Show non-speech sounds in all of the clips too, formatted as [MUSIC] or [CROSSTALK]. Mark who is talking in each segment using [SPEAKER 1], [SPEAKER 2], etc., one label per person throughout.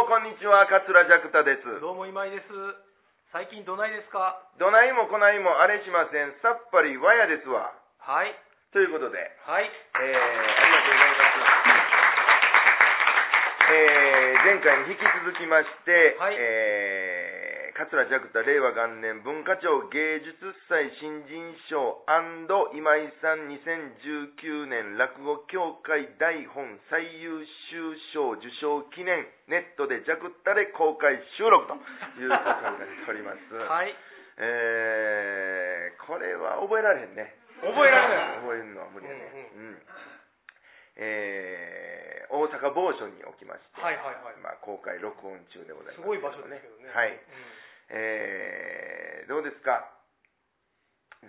[SPEAKER 1] は桂ジャクタです。
[SPEAKER 2] どうも今井です。最近どないですか
[SPEAKER 1] どないもこないもあれしません。さっぱりわやです
[SPEAKER 2] は
[SPEAKER 1] わ。
[SPEAKER 2] い。
[SPEAKER 1] ということで、え
[SPEAKER 2] はい。
[SPEAKER 1] ー、ありがとうございます。えー、前回に引き続きまして、
[SPEAKER 2] はい
[SPEAKER 1] えー、桂ジャクタ令和元年文化庁芸術祭新人賞今井さん2019年落語協会大本最優秀賞受賞記念ネットでジャクタで公開収録ということになっております。
[SPEAKER 2] [LAUGHS] はい。
[SPEAKER 1] えー、これは覚えられへんね
[SPEAKER 2] 覚えられない。
[SPEAKER 1] 覚えるのは無理やねうん、えー、大阪某所におきまして、
[SPEAKER 2] はいはいはい。
[SPEAKER 1] まあ、公開録音中でございます
[SPEAKER 2] すごい場所ですけどね。
[SPEAKER 1] はい
[SPEAKER 2] うん
[SPEAKER 1] えー、どうですか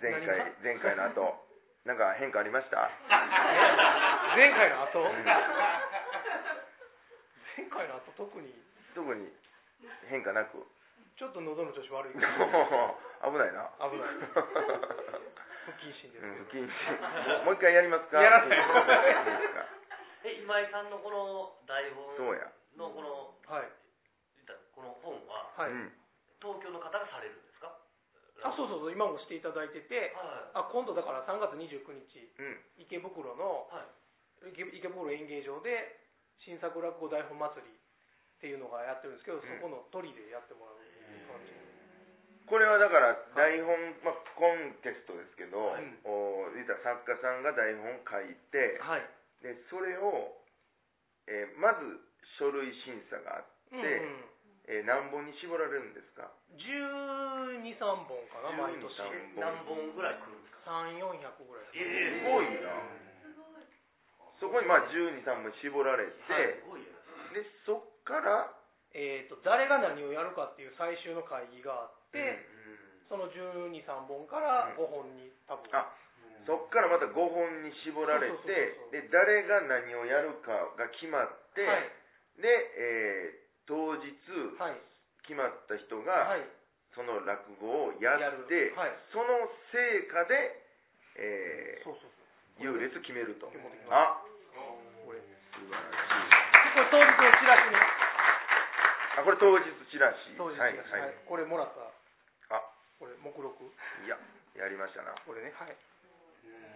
[SPEAKER 1] 前回
[SPEAKER 2] 何が
[SPEAKER 1] 前回の後なんか変化ありました
[SPEAKER 2] 前回の後
[SPEAKER 1] うん
[SPEAKER 2] [LAUGHS] 前回の後特に、
[SPEAKER 1] 特に変化なく [LAUGHS]
[SPEAKER 2] ちょっと喉の調子悪い
[SPEAKER 1] 危
[SPEAKER 2] け
[SPEAKER 1] な
[SPEAKER 2] ど、
[SPEAKER 1] いな
[SPEAKER 2] 危ない不謹慎ですけ
[SPEAKER 1] う
[SPEAKER 2] ど。
[SPEAKER 1] ん不謹慎もう一回やりますか
[SPEAKER 2] やらない
[SPEAKER 1] いですか
[SPEAKER 3] え今井さんのこの台本
[SPEAKER 1] そうや、
[SPEAKER 3] のこの
[SPEAKER 2] はい。
[SPEAKER 3] この本は
[SPEAKER 2] はい。
[SPEAKER 1] うん
[SPEAKER 3] 東京の方がされるんですか
[SPEAKER 2] あ、そうそうそう、今もしていただいてて、
[SPEAKER 3] は
[SPEAKER 2] あ、今度だから3月29日、
[SPEAKER 1] うん
[SPEAKER 2] 池袋の
[SPEAKER 3] い、はい、
[SPEAKER 2] 池池袋演芸場で新作落語台本祭りっていうのがやってるんですけど、そこの鳥でやってもらう感じで、
[SPEAKER 1] これはだから台本、まあ、コンテストですけど、
[SPEAKER 2] はい
[SPEAKER 1] お言うたら作家さんが台本書いて
[SPEAKER 2] はい、
[SPEAKER 1] でそれを、えーまず書類審査があって、
[SPEAKER 2] うん
[SPEAKER 1] えー何本に絞られるんですか
[SPEAKER 2] うん、123本かな毎年
[SPEAKER 1] 12
[SPEAKER 2] 3400
[SPEAKER 1] 3本
[SPEAKER 3] 何本ぐらい来るんですか
[SPEAKER 2] ぐらい
[SPEAKER 3] え
[SPEAKER 1] すごいなそこにまあ123本絞られて、
[SPEAKER 3] はい、すごいやな
[SPEAKER 1] でそっから
[SPEAKER 2] えー、と誰が何をやるかっていう最終の会議があって、
[SPEAKER 1] うん
[SPEAKER 2] その123本から5本に多分、
[SPEAKER 1] あそっからまた5本に絞られ
[SPEAKER 2] そうそうそうそう
[SPEAKER 1] てで誰が何をやるかが決まって、
[SPEAKER 2] はい
[SPEAKER 1] で、えー当日、
[SPEAKER 2] はい
[SPEAKER 1] 決まった人
[SPEAKER 2] は
[SPEAKER 1] が
[SPEAKER 2] い
[SPEAKER 1] その落語をやって、
[SPEAKER 2] やるはい
[SPEAKER 1] その成果で、え
[SPEAKER 2] そうそうそう
[SPEAKER 1] ー、優劣決めると
[SPEAKER 2] これ持ってきま
[SPEAKER 1] あ
[SPEAKER 2] これこれ
[SPEAKER 1] 素晴らしい
[SPEAKER 2] 当日のチラシに
[SPEAKER 1] あこれ当日チラシ
[SPEAKER 2] 当日のチラシ、
[SPEAKER 1] はいは
[SPEAKER 2] はい
[SPEAKER 1] い、
[SPEAKER 2] これもらった
[SPEAKER 1] あ
[SPEAKER 2] これ目録
[SPEAKER 1] いややりましたな
[SPEAKER 2] これねはい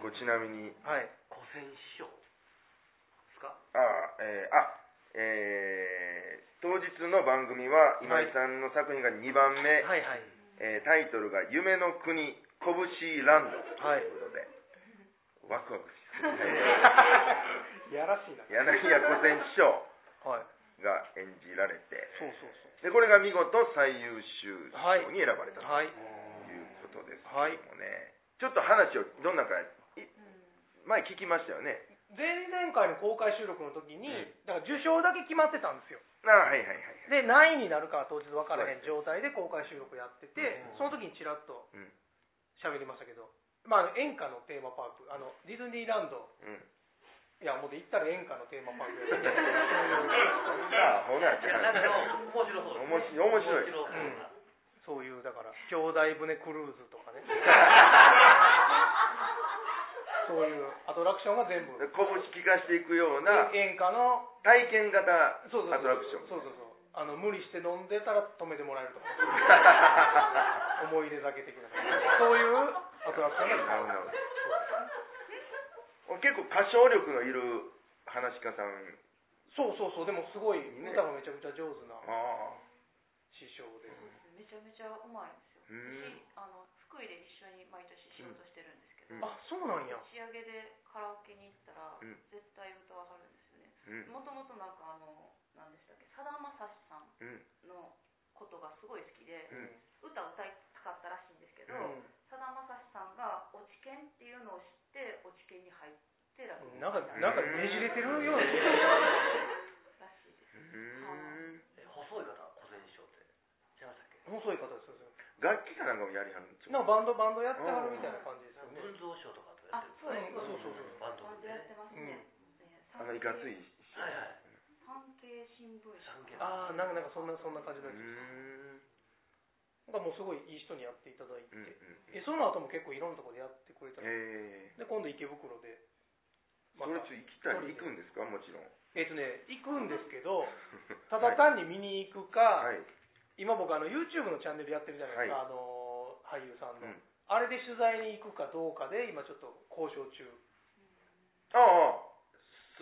[SPEAKER 1] これちなみに
[SPEAKER 2] はい
[SPEAKER 3] 古戦師匠です
[SPEAKER 1] あ
[SPEAKER 3] か
[SPEAKER 1] えー、あえー当日の番組は今井さんの作品が2番目、
[SPEAKER 2] はいはい
[SPEAKER 1] えータイトルが「夢の国こぶしランド」
[SPEAKER 2] はい
[SPEAKER 1] ということでワクワクして
[SPEAKER 2] [LAUGHS]
[SPEAKER 1] る
[SPEAKER 2] [LAUGHS] やらしいな
[SPEAKER 1] 柳家古戦師匠
[SPEAKER 2] はい
[SPEAKER 1] が演じられて
[SPEAKER 2] そうそうそ
[SPEAKER 1] でこれが見事最優秀賞に選ばれた
[SPEAKER 2] う
[SPEAKER 1] と
[SPEAKER 2] はい
[SPEAKER 1] いうことですけどもね、ちょっと話をどんなかい前聞きましたよね
[SPEAKER 2] 前々回の公開収録の時に、
[SPEAKER 1] うん
[SPEAKER 2] だから受賞だけ決まってたんですよ
[SPEAKER 1] あはいはいはいはい
[SPEAKER 2] で何位になるかは当日分からへん
[SPEAKER 1] そ
[SPEAKER 2] 状態で公開収録やってて、その時にちらっと
[SPEAKER 1] うん
[SPEAKER 2] 喋りましたけど、まあ、演歌のテーマパークあのディズニーランド
[SPEAKER 1] うん
[SPEAKER 2] いやもうで行ったら演歌のテーマパークやって [LAUGHS]
[SPEAKER 1] ほらほら
[SPEAKER 3] いやなんかでも面白そうです、ね、
[SPEAKER 1] 面白い面白い
[SPEAKER 3] 面白そうな
[SPEAKER 2] そういうだから兄弟船クルーズとかね
[SPEAKER 1] [LAUGHS]
[SPEAKER 2] そういうアトラクションが全部
[SPEAKER 1] 拳聞かしていくような
[SPEAKER 2] 演歌の
[SPEAKER 1] 体験型ア
[SPEAKER 3] [LAUGHS]
[SPEAKER 2] そうそうそう
[SPEAKER 1] トラクション
[SPEAKER 2] そうそうそうあの無理して飲んでたら止めてもらえるとか思い入れ酒的なそういうアトラクション
[SPEAKER 1] な
[SPEAKER 2] が
[SPEAKER 1] るほど結構歌唱力のいる話し家さん
[SPEAKER 2] そうそうそうでもすごい
[SPEAKER 1] ね
[SPEAKER 2] 歌がめちゃくちゃ上手な
[SPEAKER 1] ああ
[SPEAKER 2] 師匠で、
[SPEAKER 4] めちゃめちゃうまいんですよ。
[SPEAKER 1] う
[SPEAKER 4] 私
[SPEAKER 1] ん
[SPEAKER 4] あの福井で一緒に毎年仕事してるんですけど、
[SPEAKER 1] うん
[SPEAKER 2] あそうなんや
[SPEAKER 4] 仕上げでカラオケに行ったら、
[SPEAKER 1] うん
[SPEAKER 4] 絶対歌わはるんですよね。
[SPEAKER 1] うん
[SPEAKER 4] もともとなんかあの何でしたっけさだまさしさん
[SPEAKER 1] うん
[SPEAKER 4] のことがすごい好きで
[SPEAKER 1] う、ん
[SPEAKER 4] 歌を歌いたかったらしいんですけど、
[SPEAKER 1] う
[SPEAKER 4] さだまさしさんが落ち研っていうのを知って落ち研に入ってらっし
[SPEAKER 2] なんかなんかねじれてるように
[SPEAKER 4] いです。
[SPEAKER 1] うん
[SPEAKER 3] え細い方古戦師匠って違いましたっけ
[SPEAKER 2] 細い方ですよね
[SPEAKER 1] 楽器かなんかもやりはるんちゃう
[SPEAKER 2] なんかバンドバンドやってはるみたいな感じです
[SPEAKER 3] なん
[SPEAKER 2] よ
[SPEAKER 3] か
[SPEAKER 2] ね
[SPEAKER 3] 文蔵師匠とかとやってる
[SPEAKER 4] あそう
[SPEAKER 2] ですそうそうそう
[SPEAKER 3] バンド
[SPEAKER 4] バンド
[SPEAKER 3] で
[SPEAKER 4] やっ
[SPEAKER 3] ね
[SPEAKER 4] てますね。えー
[SPEAKER 1] あのいかつい
[SPEAKER 3] はいはい
[SPEAKER 4] 産経新聞社
[SPEAKER 3] 産経
[SPEAKER 2] ああなんかなんかそんなそんな感じ
[SPEAKER 1] う
[SPEAKER 2] の
[SPEAKER 1] ん
[SPEAKER 2] やつなんかもうすごいいい人にやっていただいて、
[SPEAKER 1] うんうん
[SPEAKER 2] えその後も結構いろんなところでやってくれたり
[SPEAKER 1] え
[SPEAKER 2] で今度池袋で
[SPEAKER 1] ー、それちょっと行きたい行くんですかもちろん
[SPEAKER 2] えっ、とね、行くんですけど、 [LAUGHS] ただ単に見に行くか、
[SPEAKER 1] はい。
[SPEAKER 2] 今僕あの YouTube のチャンネルやってるじゃないですか、あの俳優さんの、あれで取材に行くかどうかで今ちょっと交渉中
[SPEAKER 1] ああ、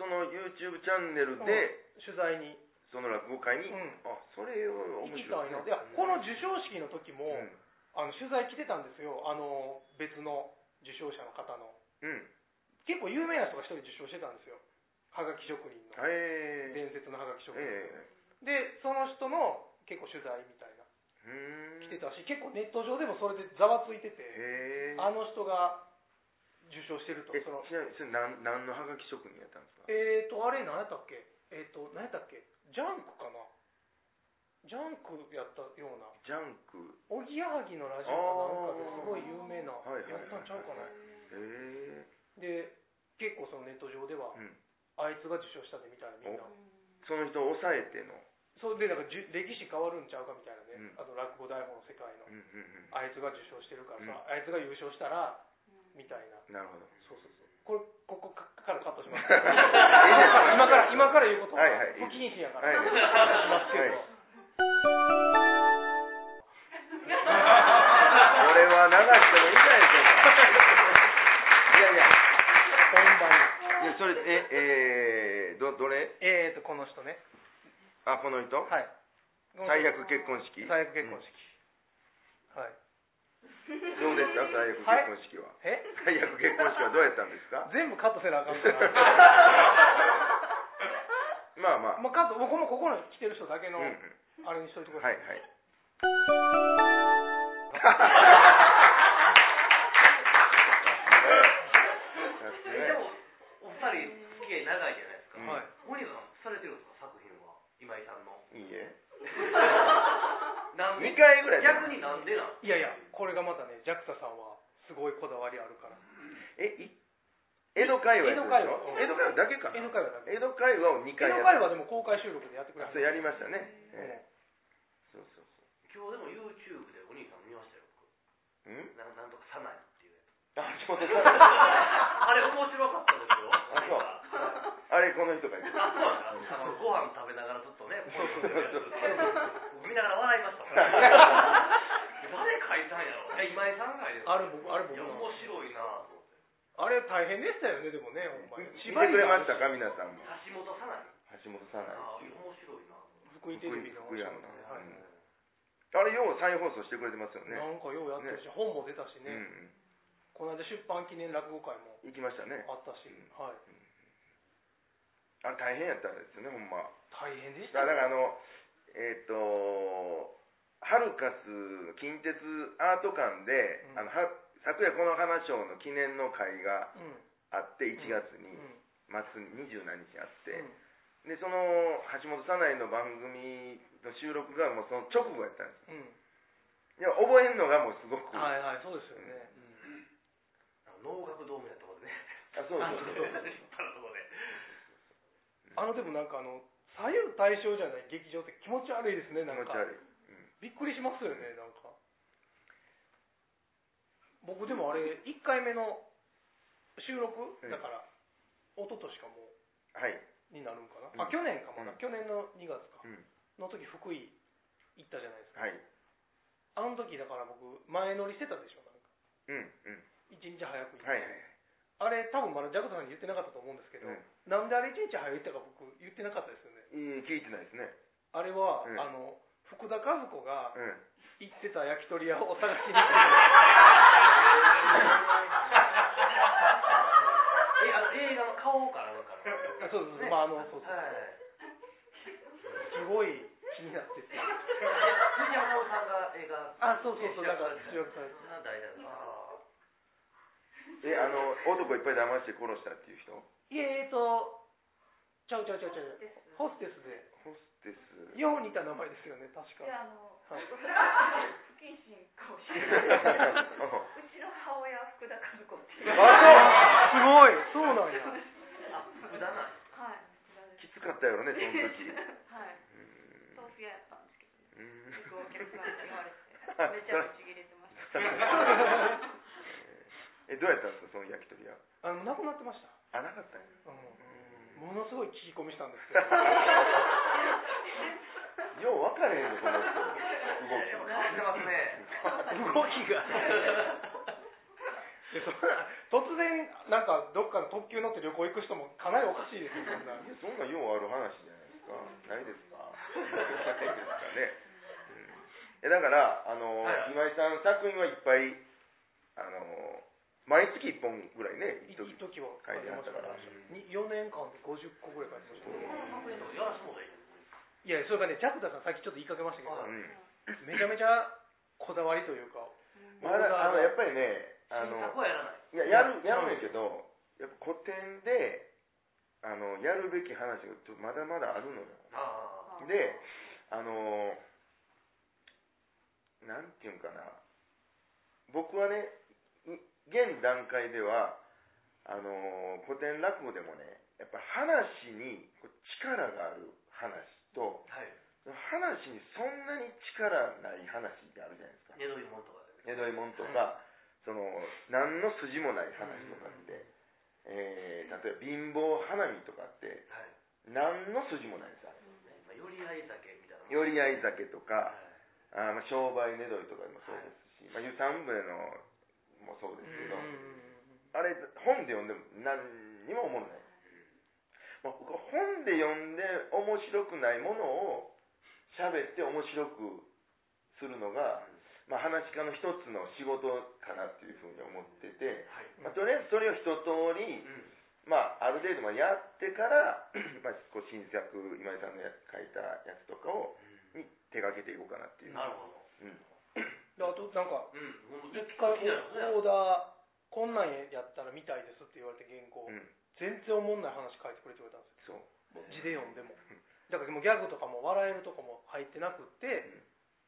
[SPEAKER 1] その YouTube チャンネルで、
[SPEAKER 2] 取材に
[SPEAKER 1] その落語会に、
[SPEAKER 2] うん
[SPEAKER 1] あ、それを
[SPEAKER 2] 行
[SPEAKER 1] 面
[SPEAKER 2] きた
[SPEAKER 1] 白
[SPEAKER 2] い
[SPEAKER 1] いね
[SPEAKER 2] ので、この授賞式の時も、
[SPEAKER 1] うん、
[SPEAKER 2] あの取材来てたんですよあの別の受賞者の方の
[SPEAKER 1] うん。
[SPEAKER 2] 結構有名な人が一人受賞してたんですよはがき職人の、
[SPEAKER 1] ええ
[SPEAKER 2] 伝説のはがき職人、
[SPEAKER 1] え
[SPEAKER 2] でその人の結構取材みたいな
[SPEAKER 1] えうー
[SPEAKER 2] 来
[SPEAKER 1] ん。
[SPEAKER 2] てたし結構ネット上でもそれでざわついてて、
[SPEAKER 1] へえ。
[SPEAKER 2] あの人が受賞してると
[SPEAKER 1] え、
[SPEAKER 2] その
[SPEAKER 1] ちなみに、それ何、何のハガキ職人やったんですか
[SPEAKER 2] えーと、あれ、何やったっけえーと、何やったっけジャンクかなジャンクやったような。
[SPEAKER 1] ジャンク。
[SPEAKER 2] おぎやはぎのラジオかなんかですごい有名な、
[SPEAKER 1] あーはいはい
[SPEAKER 2] やったんちゃうかな。
[SPEAKER 1] へえ。
[SPEAKER 2] で、結構そのネット上では、
[SPEAKER 1] うん。
[SPEAKER 2] あいつが受賞したでみたいな、みんな
[SPEAKER 1] お。その人を抑えての。
[SPEAKER 2] そうで、なんかじゅ歴史変わるんちゃうかみたいなね
[SPEAKER 1] う。ん
[SPEAKER 2] あと、落語台本の世界の
[SPEAKER 1] うん。うんうん。
[SPEAKER 2] あいつが受賞してるから
[SPEAKER 1] うん
[SPEAKER 2] さ、あいつが優勝したら、みたいな。
[SPEAKER 1] なるほど。
[SPEAKER 2] そうそうそう。これ、ここかからカットし
[SPEAKER 1] [LAUGHS]
[SPEAKER 2] ます。
[SPEAKER 1] いいですよ
[SPEAKER 2] 今から、今から言うことは
[SPEAKER 1] はいはいいいです
[SPEAKER 2] 不謹慎やから。
[SPEAKER 1] はい
[SPEAKER 2] しますけど。
[SPEAKER 1] はいこれは流してもいいんじゃないでしょうか。いやいや。
[SPEAKER 2] 本番
[SPEAKER 1] いやそれええー、どどれ
[SPEAKER 2] えーとこの人ね
[SPEAKER 1] あこの人、
[SPEAKER 2] はい
[SPEAKER 1] 最悪結婚式
[SPEAKER 2] 最悪結婚式、はい
[SPEAKER 1] うんどうでした
[SPEAKER 4] [LAUGHS]
[SPEAKER 1] 最悪結婚式は、
[SPEAKER 2] え
[SPEAKER 1] 最悪結婚式はどうやったんで
[SPEAKER 2] [LAUGHS]
[SPEAKER 1] すか
[SPEAKER 2] 全部カットせなあかんから
[SPEAKER 1] [LAUGHS] まあまあ、
[SPEAKER 2] まあカット僕もここの来てる人だけの
[SPEAKER 1] うんうん
[SPEAKER 2] あれにしといてくださ
[SPEAKER 1] はい
[SPEAKER 2] い、
[SPEAKER 1] はい
[SPEAKER 2] [LAUGHS]
[SPEAKER 3] えでもお二人付き合い長いじゃないですか、
[SPEAKER 1] うん
[SPEAKER 2] はい
[SPEAKER 3] 森田さんされてるんですか作品は今井さんの
[SPEAKER 1] いいえ
[SPEAKER 3] なんで
[SPEAKER 1] 2回ぐらい
[SPEAKER 3] 逆になんでなん
[SPEAKER 2] い、やいやこれがまたね JAXA さんはすごいこだわりあるから
[SPEAKER 1] えい江戸会話やったでしょ
[SPEAKER 2] 江
[SPEAKER 1] 江
[SPEAKER 2] 戸
[SPEAKER 1] 戸
[SPEAKER 2] 会
[SPEAKER 1] 会話だけか
[SPEAKER 2] 江
[SPEAKER 1] な
[SPEAKER 2] 戸会話だけ
[SPEAKER 1] 江戸会話を2
[SPEAKER 2] 江
[SPEAKER 1] 回
[SPEAKER 2] 戸
[SPEAKER 1] や
[SPEAKER 2] 会
[SPEAKER 1] っ
[SPEAKER 2] 話でも公開収録でやってくれ
[SPEAKER 1] た
[SPEAKER 2] は
[SPEAKER 1] そ
[SPEAKER 2] る
[SPEAKER 1] うやりましたね、え
[SPEAKER 2] う
[SPEAKER 1] えそうそう
[SPEAKER 3] 今日でも YouTube でお兄さん見ましたよ僕
[SPEAKER 1] そううん
[SPEAKER 3] なんなんとかさないっていうやつ
[SPEAKER 1] あそうそう
[SPEAKER 3] あれ面白かったですよ
[SPEAKER 1] あそう [LAUGHS]
[SPEAKER 3] はい
[SPEAKER 1] あれこの人が言ってた
[SPEAKER 3] あそうなんですかあのご飯食べながらずっとね
[SPEAKER 1] そうそうそう
[SPEAKER 3] 僕見ながら笑い [LAUGHS] ましたもん誰書いたんやろえ今井さん
[SPEAKER 2] ん
[SPEAKER 3] が
[SPEAKER 2] あれ僕あれ
[SPEAKER 3] い
[SPEAKER 2] 僕
[SPEAKER 3] や面
[SPEAKER 2] の
[SPEAKER 3] 白いなと思って
[SPEAKER 2] あれ大変でしたよねでもねほんまに
[SPEAKER 1] 見てくれましたか皆さんも
[SPEAKER 3] 橋本さない
[SPEAKER 1] 橋本さんない
[SPEAKER 3] ああ面白いなと
[SPEAKER 2] 福
[SPEAKER 3] 思って
[SPEAKER 2] 井テレビの
[SPEAKER 1] 福井福井やんな
[SPEAKER 2] はい
[SPEAKER 1] うんあれよう再放送してくれてますよね
[SPEAKER 2] なんかようやってるし、本も出たしね、この間出版記念落語会も
[SPEAKER 1] うん行きましたね
[SPEAKER 2] あったし、
[SPEAKER 1] うん
[SPEAKER 2] はい、
[SPEAKER 1] あれ大変やったんですよねほんまあ
[SPEAKER 2] 大変でし
[SPEAKER 1] だ
[SPEAKER 2] た
[SPEAKER 1] か
[SPEAKER 2] よ
[SPEAKER 1] らあのえっ、とハルカス近鉄アート館で、
[SPEAKER 2] うん
[SPEAKER 1] あのは昨夜この花賞の記念の会が
[SPEAKER 2] うん
[SPEAKER 1] あって1月
[SPEAKER 2] う
[SPEAKER 1] に
[SPEAKER 2] ん
[SPEAKER 1] 末二十何日あって、
[SPEAKER 2] うん
[SPEAKER 1] でその橋本さないの番組の収録がもうその直後やったんで
[SPEAKER 2] うん
[SPEAKER 1] すいや覚えんのがもうすごく、
[SPEAKER 2] はいはいそうですよね、
[SPEAKER 3] あの能楽ドームやったとこでね [LAUGHS]
[SPEAKER 1] あそう
[SPEAKER 3] あの
[SPEAKER 1] そう
[SPEAKER 3] 立
[SPEAKER 1] そう
[SPEAKER 3] 派なとこで
[SPEAKER 2] あのでもなんかあの左右対称じゃない劇場って気持ち悪いですね
[SPEAKER 1] 気
[SPEAKER 2] な
[SPEAKER 1] 持
[SPEAKER 2] ん
[SPEAKER 1] ち
[SPEAKER 2] か
[SPEAKER 1] 悪い
[SPEAKER 2] びっくりしますよねなんか僕でもあれ1回目の収録
[SPEAKER 1] うん
[SPEAKER 2] だから一昨年かもう
[SPEAKER 1] はい
[SPEAKER 2] になるんかな、
[SPEAKER 1] う
[SPEAKER 2] あ
[SPEAKER 1] ん
[SPEAKER 2] 去年かまだ、
[SPEAKER 1] うん
[SPEAKER 2] 去年の2月か
[SPEAKER 1] うん
[SPEAKER 2] の時福井行ったじゃないですか
[SPEAKER 1] はい
[SPEAKER 2] あの時だから僕前乗りしてたでしょなんか
[SPEAKER 1] うんうん
[SPEAKER 2] 一日早く行って、
[SPEAKER 1] はいはい
[SPEAKER 2] あれ多分まだジャクタさんに言ってなかったと思うんですけど、
[SPEAKER 1] うん
[SPEAKER 2] なんであれ一日早く行ったか僕言ってなかったですよね
[SPEAKER 1] うん聞いてないですね
[SPEAKER 2] あれは、
[SPEAKER 1] うん
[SPEAKER 2] あの福田和子が
[SPEAKER 1] うん
[SPEAKER 2] 行ってた焼き鳥屋を探しに行って
[SPEAKER 3] えあの映画の顔からなんかの
[SPEAKER 2] た
[SPEAKER 1] [LAUGHS]
[SPEAKER 2] そうそうそう、
[SPEAKER 3] ね
[SPEAKER 2] まああのそうそう
[SPEAKER 3] はい
[SPEAKER 2] すごい気になってて
[SPEAKER 3] 藤山さんが映画
[SPEAKER 2] あそうそうそうなんか主役されて
[SPEAKER 3] なんだあれだああ
[SPEAKER 1] えあの男いっぱい騙して殺したっていう人
[SPEAKER 2] いええーとちゃうちゃうちゃうちゃう
[SPEAKER 4] です
[SPEAKER 2] ホステスで
[SPEAKER 1] ホステス
[SPEAKER 2] 日本にいた名前ですよね確
[SPEAKER 4] い
[SPEAKER 2] か
[SPEAKER 4] やあの、
[SPEAKER 2] はい
[SPEAKER 4] それは不謹慎かもしれない。
[SPEAKER 1] あ
[SPEAKER 4] うちの母親は福田和子っていう。
[SPEAKER 2] そうすごいそうなんや
[SPEAKER 3] あ無駄な
[SPEAKER 4] はい、福田です。
[SPEAKER 1] きつかったや [LAUGHS] ろねその
[SPEAKER 4] [LAUGHS]
[SPEAKER 1] 時
[SPEAKER 4] はい、豆腐屋やったんですけど、
[SPEAKER 1] うーん
[SPEAKER 4] よくお客さんに言われて、めちゃくちゃちぎれてました。
[SPEAKER 1] えどうやったんですかその焼き鳥屋
[SPEAKER 2] あの亡くなってました
[SPEAKER 1] あなかったんや
[SPEAKER 2] うんものすごい聞き込みしたんですけど
[SPEAKER 1] よう分かれへんのこの
[SPEAKER 3] いやで [LAUGHS] も変わってますね。
[SPEAKER 2] 動きが [LAUGHS] でそんな突然なんかどっかの特急乗って旅行行く人もかなりおかしいですよそんな
[SPEAKER 1] 人いやそんなんようある話じゃないですかないですかないですかね、うん、えだからあの、
[SPEAKER 3] はい
[SPEAKER 1] 今井さん作品はいっぱいあの毎月1本ぐらいね
[SPEAKER 2] 一
[SPEAKER 1] 一時
[SPEAKER 2] 時は
[SPEAKER 1] 書いてあ
[SPEAKER 2] ま
[SPEAKER 1] っ
[SPEAKER 2] した
[SPEAKER 1] たから
[SPEAKER 2] 4年間で50個ぐらい書いてました
[SPEAKER 3] やらしてもうたらいい。
[SPEAKER 2] いやそれがねジャクダさんさっきちょっと言いかけましたけど
[SPEAKER 1] う
[SPEAKER 3] は
[SPEAKER 1] ん
[SPEAKER 2] めちゃめちゃこだわりというか
[SPEAKER 1] まだあのやっぱりねあ
[SPEAKER 3] 新
[SPEAKER 1] の
[SPEAKER 3] 作はやらない。
[SPEAKER 1] いややるやるんやけどやっぱ古典であのやるべき話がちょっとまだまだあるのよ
[SPEAKER 3] ああ。
[SPEAKER 1] であのなんていうんかな僕はねい現段階ではあの古典落語でもねやっぱ話にこう力がある話と
[SPEAKER 3] はい。
[SPEAKER 1] 話にそんなに力ない話ってあるじゃないですか
[SPEAKER 3] 寝取り物とかで。
[SPEAKER 1] 江戸いもんとか、その何の筋もない話とかって、えー例えば貧乏花見とかって
[SPEAKER 3] はい。
[SPEAKER 1] 何の筋もないんですよあれ
[SPEAKER 3] まあ、より合い酒みたいなもん。
[SPEAKER 1] 寄り合い酒と
[SPEAKER 3] はい
[SPEAKER 1] か、あーまあ商売ねどりとかでもそうですし、まあ、湯三船のもそうですけど、あれ本で読んでも何にも思わない、まあ、僕は本で読んで面白くないものを喋って面白くするのが、まあ、話し家の一つの仕事かなっていうふうに思ってて、
[SPEAKER 3] はい。
[SPEAKER 1] まあ、とりあえずそれを一通
[SPEAKER 3] う
[SPEAKER 1] り、
[SPEAKER 3] ん。
[SPEAKER 1] まあ、ある程度まあやってから、 [CLEARS THROAT] まあ、こう新作今井さんのや書いたやつとかをに手掛けていこうかなっていう、
[SPEAKER 3] なるほど。
[SPEAKER 1] うん
[SPEAKER 2] であとなんか
[SPEAKER 3] うん。ほんと
[SPEAKER 2] 一
[SPEAKER 3] 絶
[SPEAKER 2] 回
[SPEAKER 3] 対好きなんですね。
[SPEAKER 2] オーダーこんなんやったら見たいですって言われて原稿、
[SPEAKER 1] うん
[SPEAKER 2] 全然おもんない話書いてくれって言われたんです
[SPEAKER 1] そう
[SPEAKER 2] よ字で読んでもだからもうギャグとかも笑えるとかも入ってなくって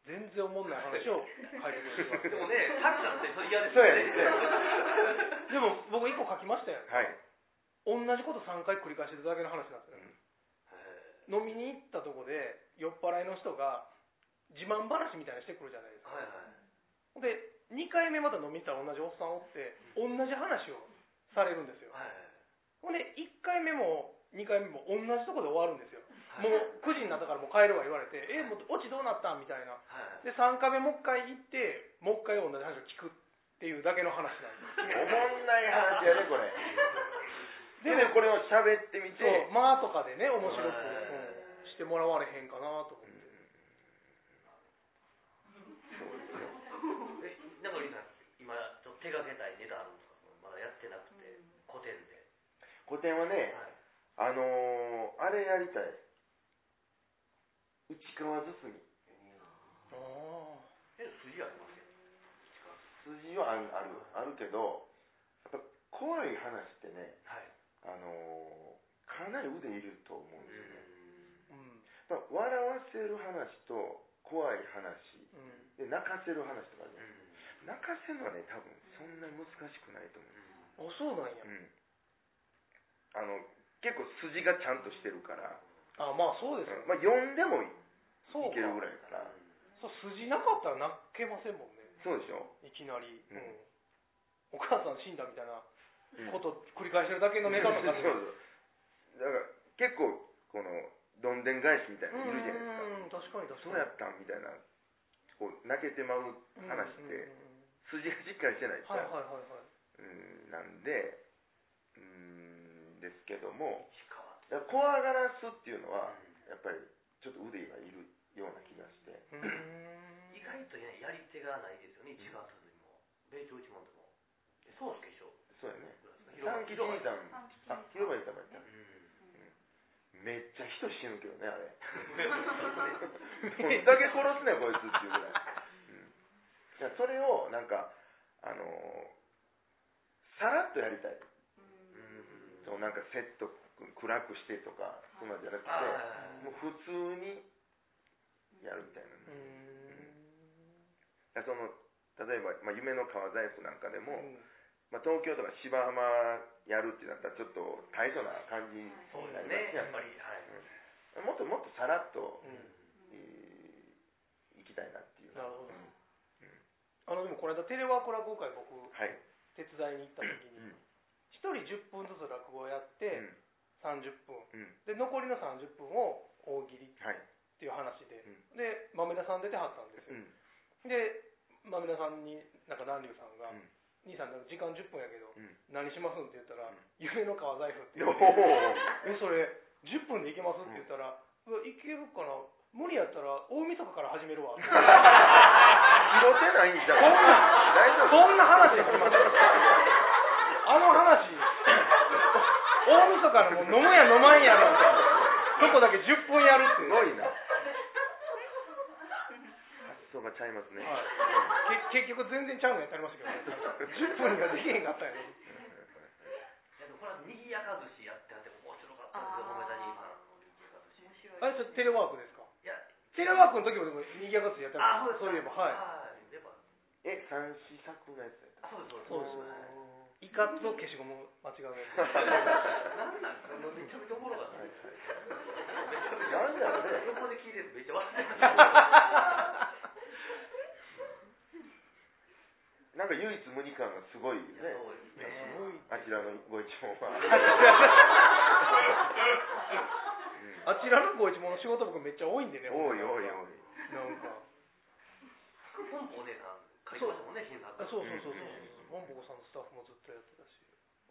[SPEAKER 2] 全然おもんない話 [LAUGHS] を書いてくれって言われて
[SPEAKER 3] でもね、サクさんってそれ嫌です
[SPEAKER 1] そう
[SPEAKER 3] よ
[SPEAKER 1] やね
[SPEAKER 3] ね。
[SPEAKER 2] でも僕一個書きましたよ
[SPEAKER 1] はい
[SPEAKER 2] 同じこと3回繰り返してただけの話なんですよ、飲みに行ったとこで酔っ払いの人が自慢話みたいにしてくるじゃないですか
[SPEAKER 3] はいはい。
[SPEAKER 2] で2回目また飲みに行ったら同じおっさんおって同じ話をされるんですよ
[SPEAKER 3] はい
[SPEAKER 2] ほんで1回目も2回目も同じとこで終わるんですよ
[SPEAKER 3] はい。
[SPEAKER 2] もう9時になったからもう帰るわ言われて「えもうオチどうなった?」みたいな
[SPEAKER 3] はい。
[SPEAKER 2] で3回目もう1回行ってもう1回同じ話を聞くっていうだけの話なんです
[SPEAKER 1] おもんない話やね
[SPEAKER 3] [LAUGHS]
[SPEAKER 1] これでねこれを喋ってみて
[SPEAKER 2] そうまあとかでね面白く、
[SPEAKER 3] はい
[SPEAKER 2] うんしてもらわれへんかなと思って、
[SPEAKER 3] え、なんかリさん、今、ちょっと手掛けたいネタあるんですかまだやってなくて、古典で。
[SPEAKER 1] 古典はね
[SPEAKER 3] は
[SPEAKER 1] あ
[SPEAKER 3] い。
[SPEAKER 1] のー、あれやりたい内川包み
[SPEAKER 2] ああ
[SPEAKER 3] え、筋ありますよ。
[SPEAKER 1] 筋はあるあるあるけどやっぱ怖い話ってね
[SPEAKER 3] はい。
[SPEAKER 1] あのー、かなり腕いると思うん
[SPEAKER 3] う
[SPEAKER 1] ですよね
[SPEAKER 3] ん。
[SPEAKER 2] うん
[SPEAKER 1] だから笑わせる話と怖い話
[SPEAKER 2] うん
[SPEAKER 1] で泣かせる話とか
[SPEAKER 3] う
[SPEAKER 1] ね
[SPEAKER 3] ん。
[SPEAKER 1] 泣かせるのはね多分そんなに難しくないと思う
[SPEAKER 2] あそうなんや、
[SPEAKER 1] うんあの結構筋がちゃんとしてるから、
[SPEAKER 2] あまあそうですよ、
[SPEAKER 1] まあ、読んでもい
[SPEAKER 2] そう
[SPEAKER 1] けるぐ
[SPEAKER 2] から
[SPEAKER 1] いから
[SPEAKER 2] そう筋なかったら泣けませんもんね
[SPEAKER 1] そうでしょ、
[SPEAKER 2] いきなり、
[SPEAKER 1] う
[SPEAKER 2] うんお
[SPEAKER 1] ん
[SPEAKER 2] 母さん死んだみたいな
[SPEAKER 1] うん
[SPEAKER 2] こと繰り返してるだけのネタとか
[SPEAKER 1] そう
[SPEAKER 2] で
[SPEAKER 1] そうだから結構このどんでん返しみたいなのいるじゃないですか
[SPEAKER 2] うん確かに確かに
[SPEAKER 1] そうやったんみたいなこう泣けてまう話
[SPEAKER 2] うんう
[SPEAKER 1] っ
[SPEAKER 2] んうん
[SPEAKER 1] て筋がしっかりしてないと、
[SPEAKER 2] はいはいはいはい
[SPEAKER 1] うんなんでうんですけども
[SPEAKER 3] 石川
[SPEAKER 1] だから怖がらすっていうのは
[SPEAKER 3] うん
[SPEAKER 1] やっぱりちょっと腕がいるような気がして
[SPEAKER 2] うーん
[SPEAKER 3] 意外とね、やり手がないですよね、1月にも。米朝一門でも。えそうです化粧。
[SPEAKER 1] そうやね
[SPEAKER 3] 広
[SPEAKER 1] 三
[SPEAKER 3] 場
[SPEAKER 1] 吉兄さん
[SPEAKER 4] 三吉
[SPEAKER 1] あ広場にいたばいた
[SPEAKER 3] うん。
[SPEAKER 1] めっちゃ人死ぬけどねあ
[SPEAKER 2] [LAUGHS]
[SPEAKER 1] れど
[SPEAKER 2] め
[SPEAKER 1] んだけ殺すねんこいつっていうぐらい、うん、だからそれをなんかあのーさらっとやりたい
[SPEAKER 3] うん。
[SPEAKER 1] そうなんかセット暗くしてとかそんなんじゃなくて
[SPEAKER 3] あ
[SPEAKER 1] も
[SPEAKER 3] あ。
[SPEAKER 1] う普通にやるみたいな
[SPEAKER 2] うーん
[SPEAKER 1] ね、だからその例えば、まあ、夢の川細工なんかでも、
[SPEAKER 2] うん
[SPEAKER 1] まあ、東京とか芝浜やるってなったらちょっと大層な感じに
[SPEAKER 3] そうで
[SPEAKER 1] な
[SPEAKER 3] す
[SPEAKER 1] ります
[SPEAKER 3] ね、
[SPEAKER 1] やっぱり
[SPEAKER 3] やっぱり。はい。
[SPEAKER 1] もっともっとさらっと、
[SPEAKER 2] うん
[SPEAKER 1] えー行きたいなっていう
[SPEAKER 2] なるほどあので
[SPEAKER 1] うん
[SPEAKER 2] もこの間テレワーク落語会僕
[SPEAKER 1] はい、
[SPEAKER 2] 手伝いに行った時に
[SPEAKER 1] うん
[SPEAKER 2] 一人10分ずつ落語をやって、
[SPEAKER 1] うん
[SPEAKER 2] 30分
[SPEAKER 1] うん
[SPEAKER 2] で残りの30分を大喜利っ
[SPEAKER 1] はい
[SPEAKER 2] ていう話で、で豆田さん出てはったんです
[SPEAKER 1] う
[SPEAKER 2] よ、
[SPEAKER 1] ん
[SPEAKER 2] で豆田さんになんか南龍さんが「
[SPEAKER 1] うん
[SPEAKER 2] 兄さん時間10分やけど
[SPEAKER 1] うん
[SPEAKER 2] 何しますん?」って言ったら
[SPEAKER 1] うん
[SPEAKER 2] 「夢の革財布」って言
[SPEAKER 1] お
[SPEAKER 2] っ
[SPEAKER 1] ー
[SPEAKER 2] て「え
[SPEAKER 1] [LAUGHS]
[SPEAKER 2] それ10分でいけます?」って言ったら「うわいけるかな無理やったら大晦日から始めるわ」って
[SPEAKER 1] 拾ってないんちゃう
[SPEAKER 2] そんな
[SPEAKER 1] 大丈夫
[SPEAKER 2] そんな話始まってるあの話大晦日からもう飲むや飲まんやのとこだけ10分やるって
[SPEAKER 1] す
[SPEAKER 2] いう
[SPEAKER 1] ごいな発想がちゃいますね、
[SPEAKER 2] はいけ結局全然ちゃうのやってありましたけどね10分ができへんかったんやね
[SPEAKER 3] やでもこれはにぎやか寿司やってあって面白かったんですよ、褒めたにぎさんのにぎやか
[SPEAKER 4] 面白い
[SPEAKER 2] あ
[SPEAKER 3] 寿司。
[SPEAKER 2] れちょっとテレワークですか
[SPEAKER 3] いや、
[SPEAKER 2] テレワークの時もでもにぎやかつやった
[SPEAKER 3] あ、
[SPEAKER 2] んですよそういえばはい
[SPEAKER 3] い。やっぱ
[SPEAKER 1] え三四作のやつや
[SPEAKER 3] あ、そうです、
[SPEAKER 2] そうですイカと消しゴム間違うやつ
[SPEAKER 3] [LAUGHS] なんなんですかめちゃめちゃおもろかったです。
[SPEAKER 1] なんだろうね
[SPEAKER 3] 横で聞いててめっちゃ笑
[SPEAKER 2] [LAUGHS]
[SPEAKER 3] って
[SPEAKER 1] なんか唯一無二感がすごいよ
[SPEAKER 3] た。
[SPEAKER 1] ね
[SPEAKER 3] そうですね。
[SPEAKER 1] あちらのご一門は
[SPEAKER 2] あちらの五一もの仕事僕めっちゃ多いんでね
[SPEAKER 1] おい
[SPEAKER 2] [LAUGHS]
[SPEAKER 1] おいおい
[SPEAKER 2] なんか
[SPEAKER 3] 副本舗お姉さん書きましたもんね、新作。
[SPEAKER 2] あそうそうそうそうそう
[SPEAKER 1] う
[SPEAKER 2] ボン
[SPEAKER 1] ん
[SPEAKER 2] ボコさんのスタッフもずっとやってた [LAUGHS] し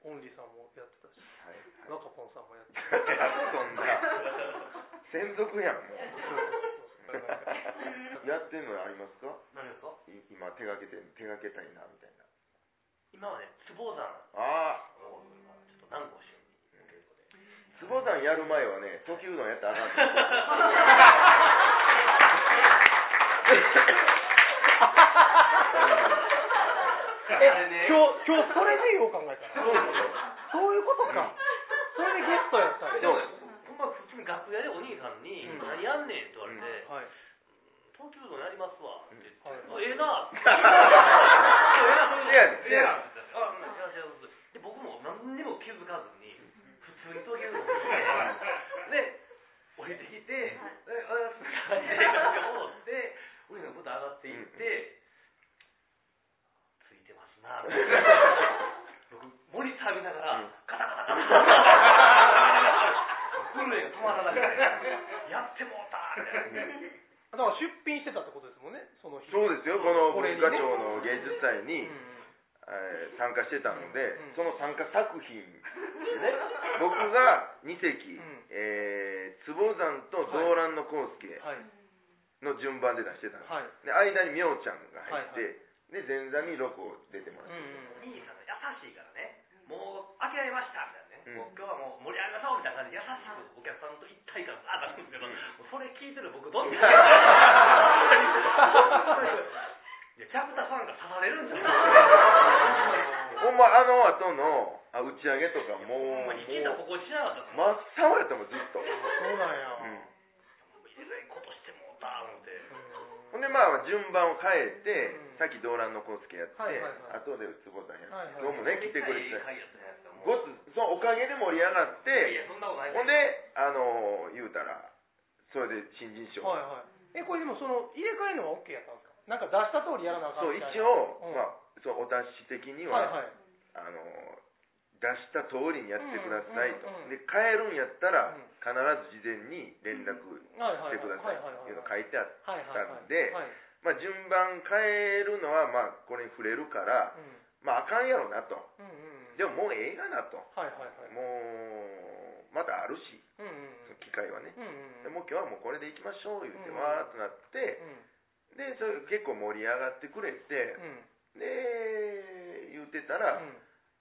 [SPEAKER 2] オンリーさんもやってたし
[SPEAKER 1] はい
[SPEAKER 2] ガカポンさんもやってたし
[SPEAKER 1] そんな専属
[SPEAKER 2] [LAUGHS]
[SPEAKER 1] やんも
[SPEAKER 2] そうそうそうなんか
[SPEAKER 1] うやってんのありますか
[SPEAKER 3] 何ですか
[SPEAKER 1] い今手がけて手がけたいなみたいな
[SPEAKER 3] 今はね、坪山
[SPEAKER 1] ああ
[SPEAKER 3] をちょっと南郷旬にお稽古で。
[SPEAKER 1] 坪山やる前はね時うどんやったらあか
[SPEAKER 2] [LAUGHS]
[SPEAKER 1] ん
[SPEAKER 3] あれね、
[SPEAKER 2] 今日今日それでよう考えたら
[SPEAKER 1] そうですよ
[SPEAKER 2] そういうことかそれでゲストやったん
[SPEAKER 1] そう
[SPEAKER 2] や
[SPEAKER 1] です
[SPEAKER 3] ほんま普通に楽屋でお兄さんに
[SPEAKER 2] うん
[SPEAKER 3] 何やんねんって言われて。
[SPEAKER 2] はい
[SPEAKER 3] 東京ドームやりますわって言って、
[SPEAKER 2] はい
[SPEAKER 3] あええなって。
[SPEAKER 1] せやねん
[SPEAKER 3] って。あ、うん、いらっしゃいますで、僕も何にも気づかずに、普通に東京ドームにで、降りてきて、え、あやすさんって思って、俺のこと上がっていって、ついてますなって。僕、モニター見ながら、カタカタカタ。震えが止まらなくて、やってもうたみたいな。
[SPEAKER 2] だから出品してたってことですもんねその日
[SPEAKER 1] そうですよこの
[SPEAKER 2] こ
[SPEAKER 1] 文
[SPEAKER 2] れにね
[SPEAKER 1] 化庁の芸術祭
[SPEAKER 2] う
[SPEAKER 1] に、
[SPEAKER 2] ん
[SPEAKER 1] えー参加してたので、
[SPEAKER 2] うん
[SPEAKER 1] その参加作品ね
[SPEAKER 2] [LAUGHS]
[SPEAKER 1] 僕が2席、
[SPEAKER 2] うん
[SPEAKER 1] えー坪山と動乱の康介
[SPEAKER 2] はい
[SPEAKER 1] の順番で出してたんです、
[SPEAKER 2] はい
[SPEAKER 1] で間にみょうちゃんが入って、
[SPEAKER 2] は
[SPEAKER 1] で前座にロコ出ても
[SPEAKER 2] う
[SPEAKER 1] ら
[SPEAKER 2] ん
[SPEAKER 1] って、
[SPEAKER 3] お兄さんが優しいからね、もう諦めましたみたいなね、
[SPEAKER 1] うん
[SPEAKER 3] もう今日はもう盛り上がそうみたいな感じで優しくお客さんと一体感が上がるんですけど、もうそれ聞いてる僕ど
[SPEAKER 1] [LAUGHS]
[SPEAKER 3] んないやキャプターさんが刺されるんじゃない
[SPEAKER 1] ほんまあの後のあ打ち上げとかも
[SPEAKER 3] ほん
[SPEAKER 1] うもう
[SPEAKER 3] まに聞いたらここしなかった
[SPEAKER 1] 真
[SPEAKER 3] も
[SPEAKER 1] っ
[SPEAKER 3] ん、ま、
[SPEAKER 1] 青やったもんずっと、
[SPEAKER 2] そうなんや
[SPEAKER 1] うん
[SPEAKER 3] えらいことしてもうた思って、
[SPEAKER 1] ほんでまあ順番を変えて、
[SPEAKER 2] うん
[SPEAKER 1] さっき動乱の康介やって、
[SPEAKER 2] はいはいはい
[SPEAKER 1] 後で坪山や
[SPEAKER 2] はいは
[SPEAKER 1] って、
[SPEAKER 2] い
[SPEAKER 1] 今日もね来てくれて
[SPEAKER 3] めっちゃええ会やったじゃないですか
[SPEAKER 1] ごつそのお
[SPEAKER 3] もう
[SPEAKER 1] かげで盛り上がって、
[SPEAKER 3] いやそんなことない
[SPEAKER 1] ほんで、あの言うたら、それで新人賞、
[SPEAKER 2] はいはいえこれでもその入れ替えのは OK やったんですかなんか出した通りやらなあかん
[SPEAKER 1] そ
[SPEAKER 2] み
[SPEAKER 1] う一
[SPEAKER 2] たいな
[SPEAKER 1] 応、
[SPEAKER 2] うん
[SPEAKER 1] まあ、そうお達し的に
[SPEAKER 2] はい
[SPEAKER 1] は、
[SPEAKER 2] はい
[SPEAKER 1] あの出した通りにやってくださいと、
[SPEAKER 2] うんうんうん
[SPEAKER 1] で帰るんやったら、
[SPEAKER 2] うん
[SPEAKER 1] 必ず事前に連絡し
[SPEAKER 2] はいはいはい
[SPEAKER 1] てくださいっていうの書いてあって、
[SPEAKER 2] はいはいはい
[SPEAKER 1] たんで
[SPEAKER 2] はい
[SPEAKER 1] まあ、順番変えるのは、まあ、これに触れるから、まああかんやろなと、
[SPEAKER 2] うんうんうんうん
[SPEAKER 1] でももうええがなと、
[SPEAKER 2] はいはいはい
[SPEAKER 1] もうまたあるし、
[SPEAKER 2] うんうん
[SPEAKER 1] その機会はね、
[SPEAKER 2] うんうんうん
[SPEAKER 1] でもう今日はもうこれでいきましょう言って、
[SPEAKER 2] うん
[SPEAKER 1] わーっとなって。
[SPEAKER 2] うん
[SPEAKER 1] でそれ結構盛り上がってくれて、
[SPEAKER 2] うん
[SPEAKER 1] で言ってた
[SPEAKER 2] う
[SPEAKER 1] ら、
[SPEAKER 2] ん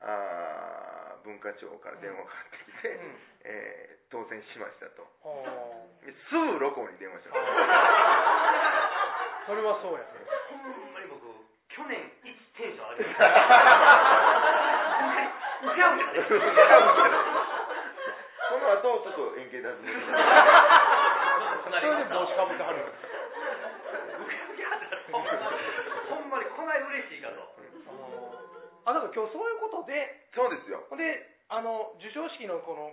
[SPEAKER 1] あー文化庁から電話がかかってきて、
[SPEAKER 2] うん
[SPEAKER 1] えー当選しましたと
[SPEAKER 2] は
[SPEAKER 1] ですぐロコに
[SPEAKER 2] [LAUGHS]
[SPEAKER 1] 電話したの
[SPEAKER 2] あそれはそうや
[SPEAKER 3] ほんまに僕、去年、一テンション上げて
[SPEAKER 1] [LAUGHS]
[SPEAKER 3] た。 [LAUGHS] うゃうじゃない
[SPEAKER 1] その後ちょっと円形脱
[SPEAKER 2] そ
[SPEAKER 1] 毛
[SPEAKER 2] れで帽子かぶってはる
[SPEAKER 3] ほんまにこない嬉しいかと。
[SPEAKER 2] あだから今日そういうことで
[SPEAKER 1] そうですよ
[SPEAKER 2] ほんであの授賞式のこの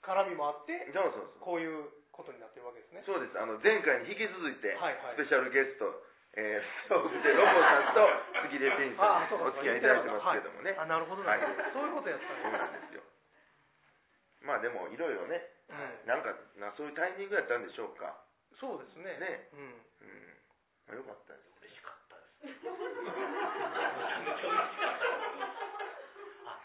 [SPEAKER 2] 絡みもあって
[SPEAKER 1] そうそうそう
[SPEAKER 2] こういうことになってるわけですね。
[SPEAKER 1] そうですあの前回に引き続いて、
[SPEAKER 2] はいはい
[SPEAKER 1] スペシャルゲストえー、ストークでロコさんと杉出健さんにお付き合いいただいてますけどもね、
[SPEAKER 2] あ、なるほど、
[SPEAKER 1] はい
[SPEAKER 2] そういうことやったん
[SPEAKER 1] そう
[SPEAKER 2] や
[SPEAKER 1] なんですよまあでもいろいろね、
[SPEAKER 2] はい
[SPEAKER 1] なんかなそういうタイミングやったんでしょうか。
[SPEAKER 2] そうですね
[SPEAKER 1] ね
[SPEAKER 2] うん
[SPEAKER 1] うん。まあ、よかったです。
[SPEAKER 3] 嬉しかったです。めちゃめちゃ嬉しかっ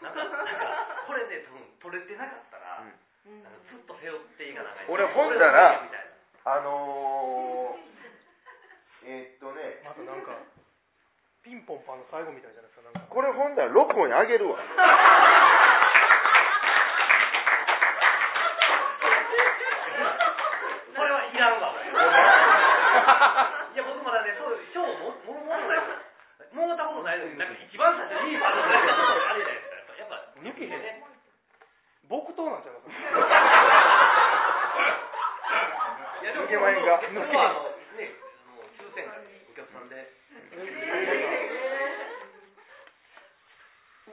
[SPEAKER 3] たです。あ、なんか、なんかこれね、多分取れてなかった
[SPEAKER 1] う
[SPEAKER 3] ら、
[SPEAKER 1] ん
[SPEAKER 4] うん
[SPEAKER 3] なんかずっと背負っていかなきゃいけない。
[SPEAKER 1] 俺ほんだら
[SPEAKER 3] みたいな
[SPEAKER 1] あのー、えーっとね、
[SPEAKER 2] またなんかピンポンパンの最後みたいじゃないですかなんか
[SPEAKER 1] これほんだら6個にあげるわ。
[SPEAKER 3] それはいらんわ、俺。いや、僕もだね、そう、賞も、も、も、もらった、もらったことないのに、なんか一番最初にいいパートナーがあれじゃないで
[SPEAKER 2] 抜け
[SPEAKER 3] すか。やっぱ、
[SPEAKER 2] へん
[SPEAKER 3] ね。
[SPEAKER 2] 木刀なんちゃいます [LAUGHS]
[SPEAKER 3] いや、でも、
[SPEAKER 1] 抜けまへんか
[SPEAKER 3] 僕もあの、ね、もう抽選会で、お客さんで。
[SPEAKER 2] う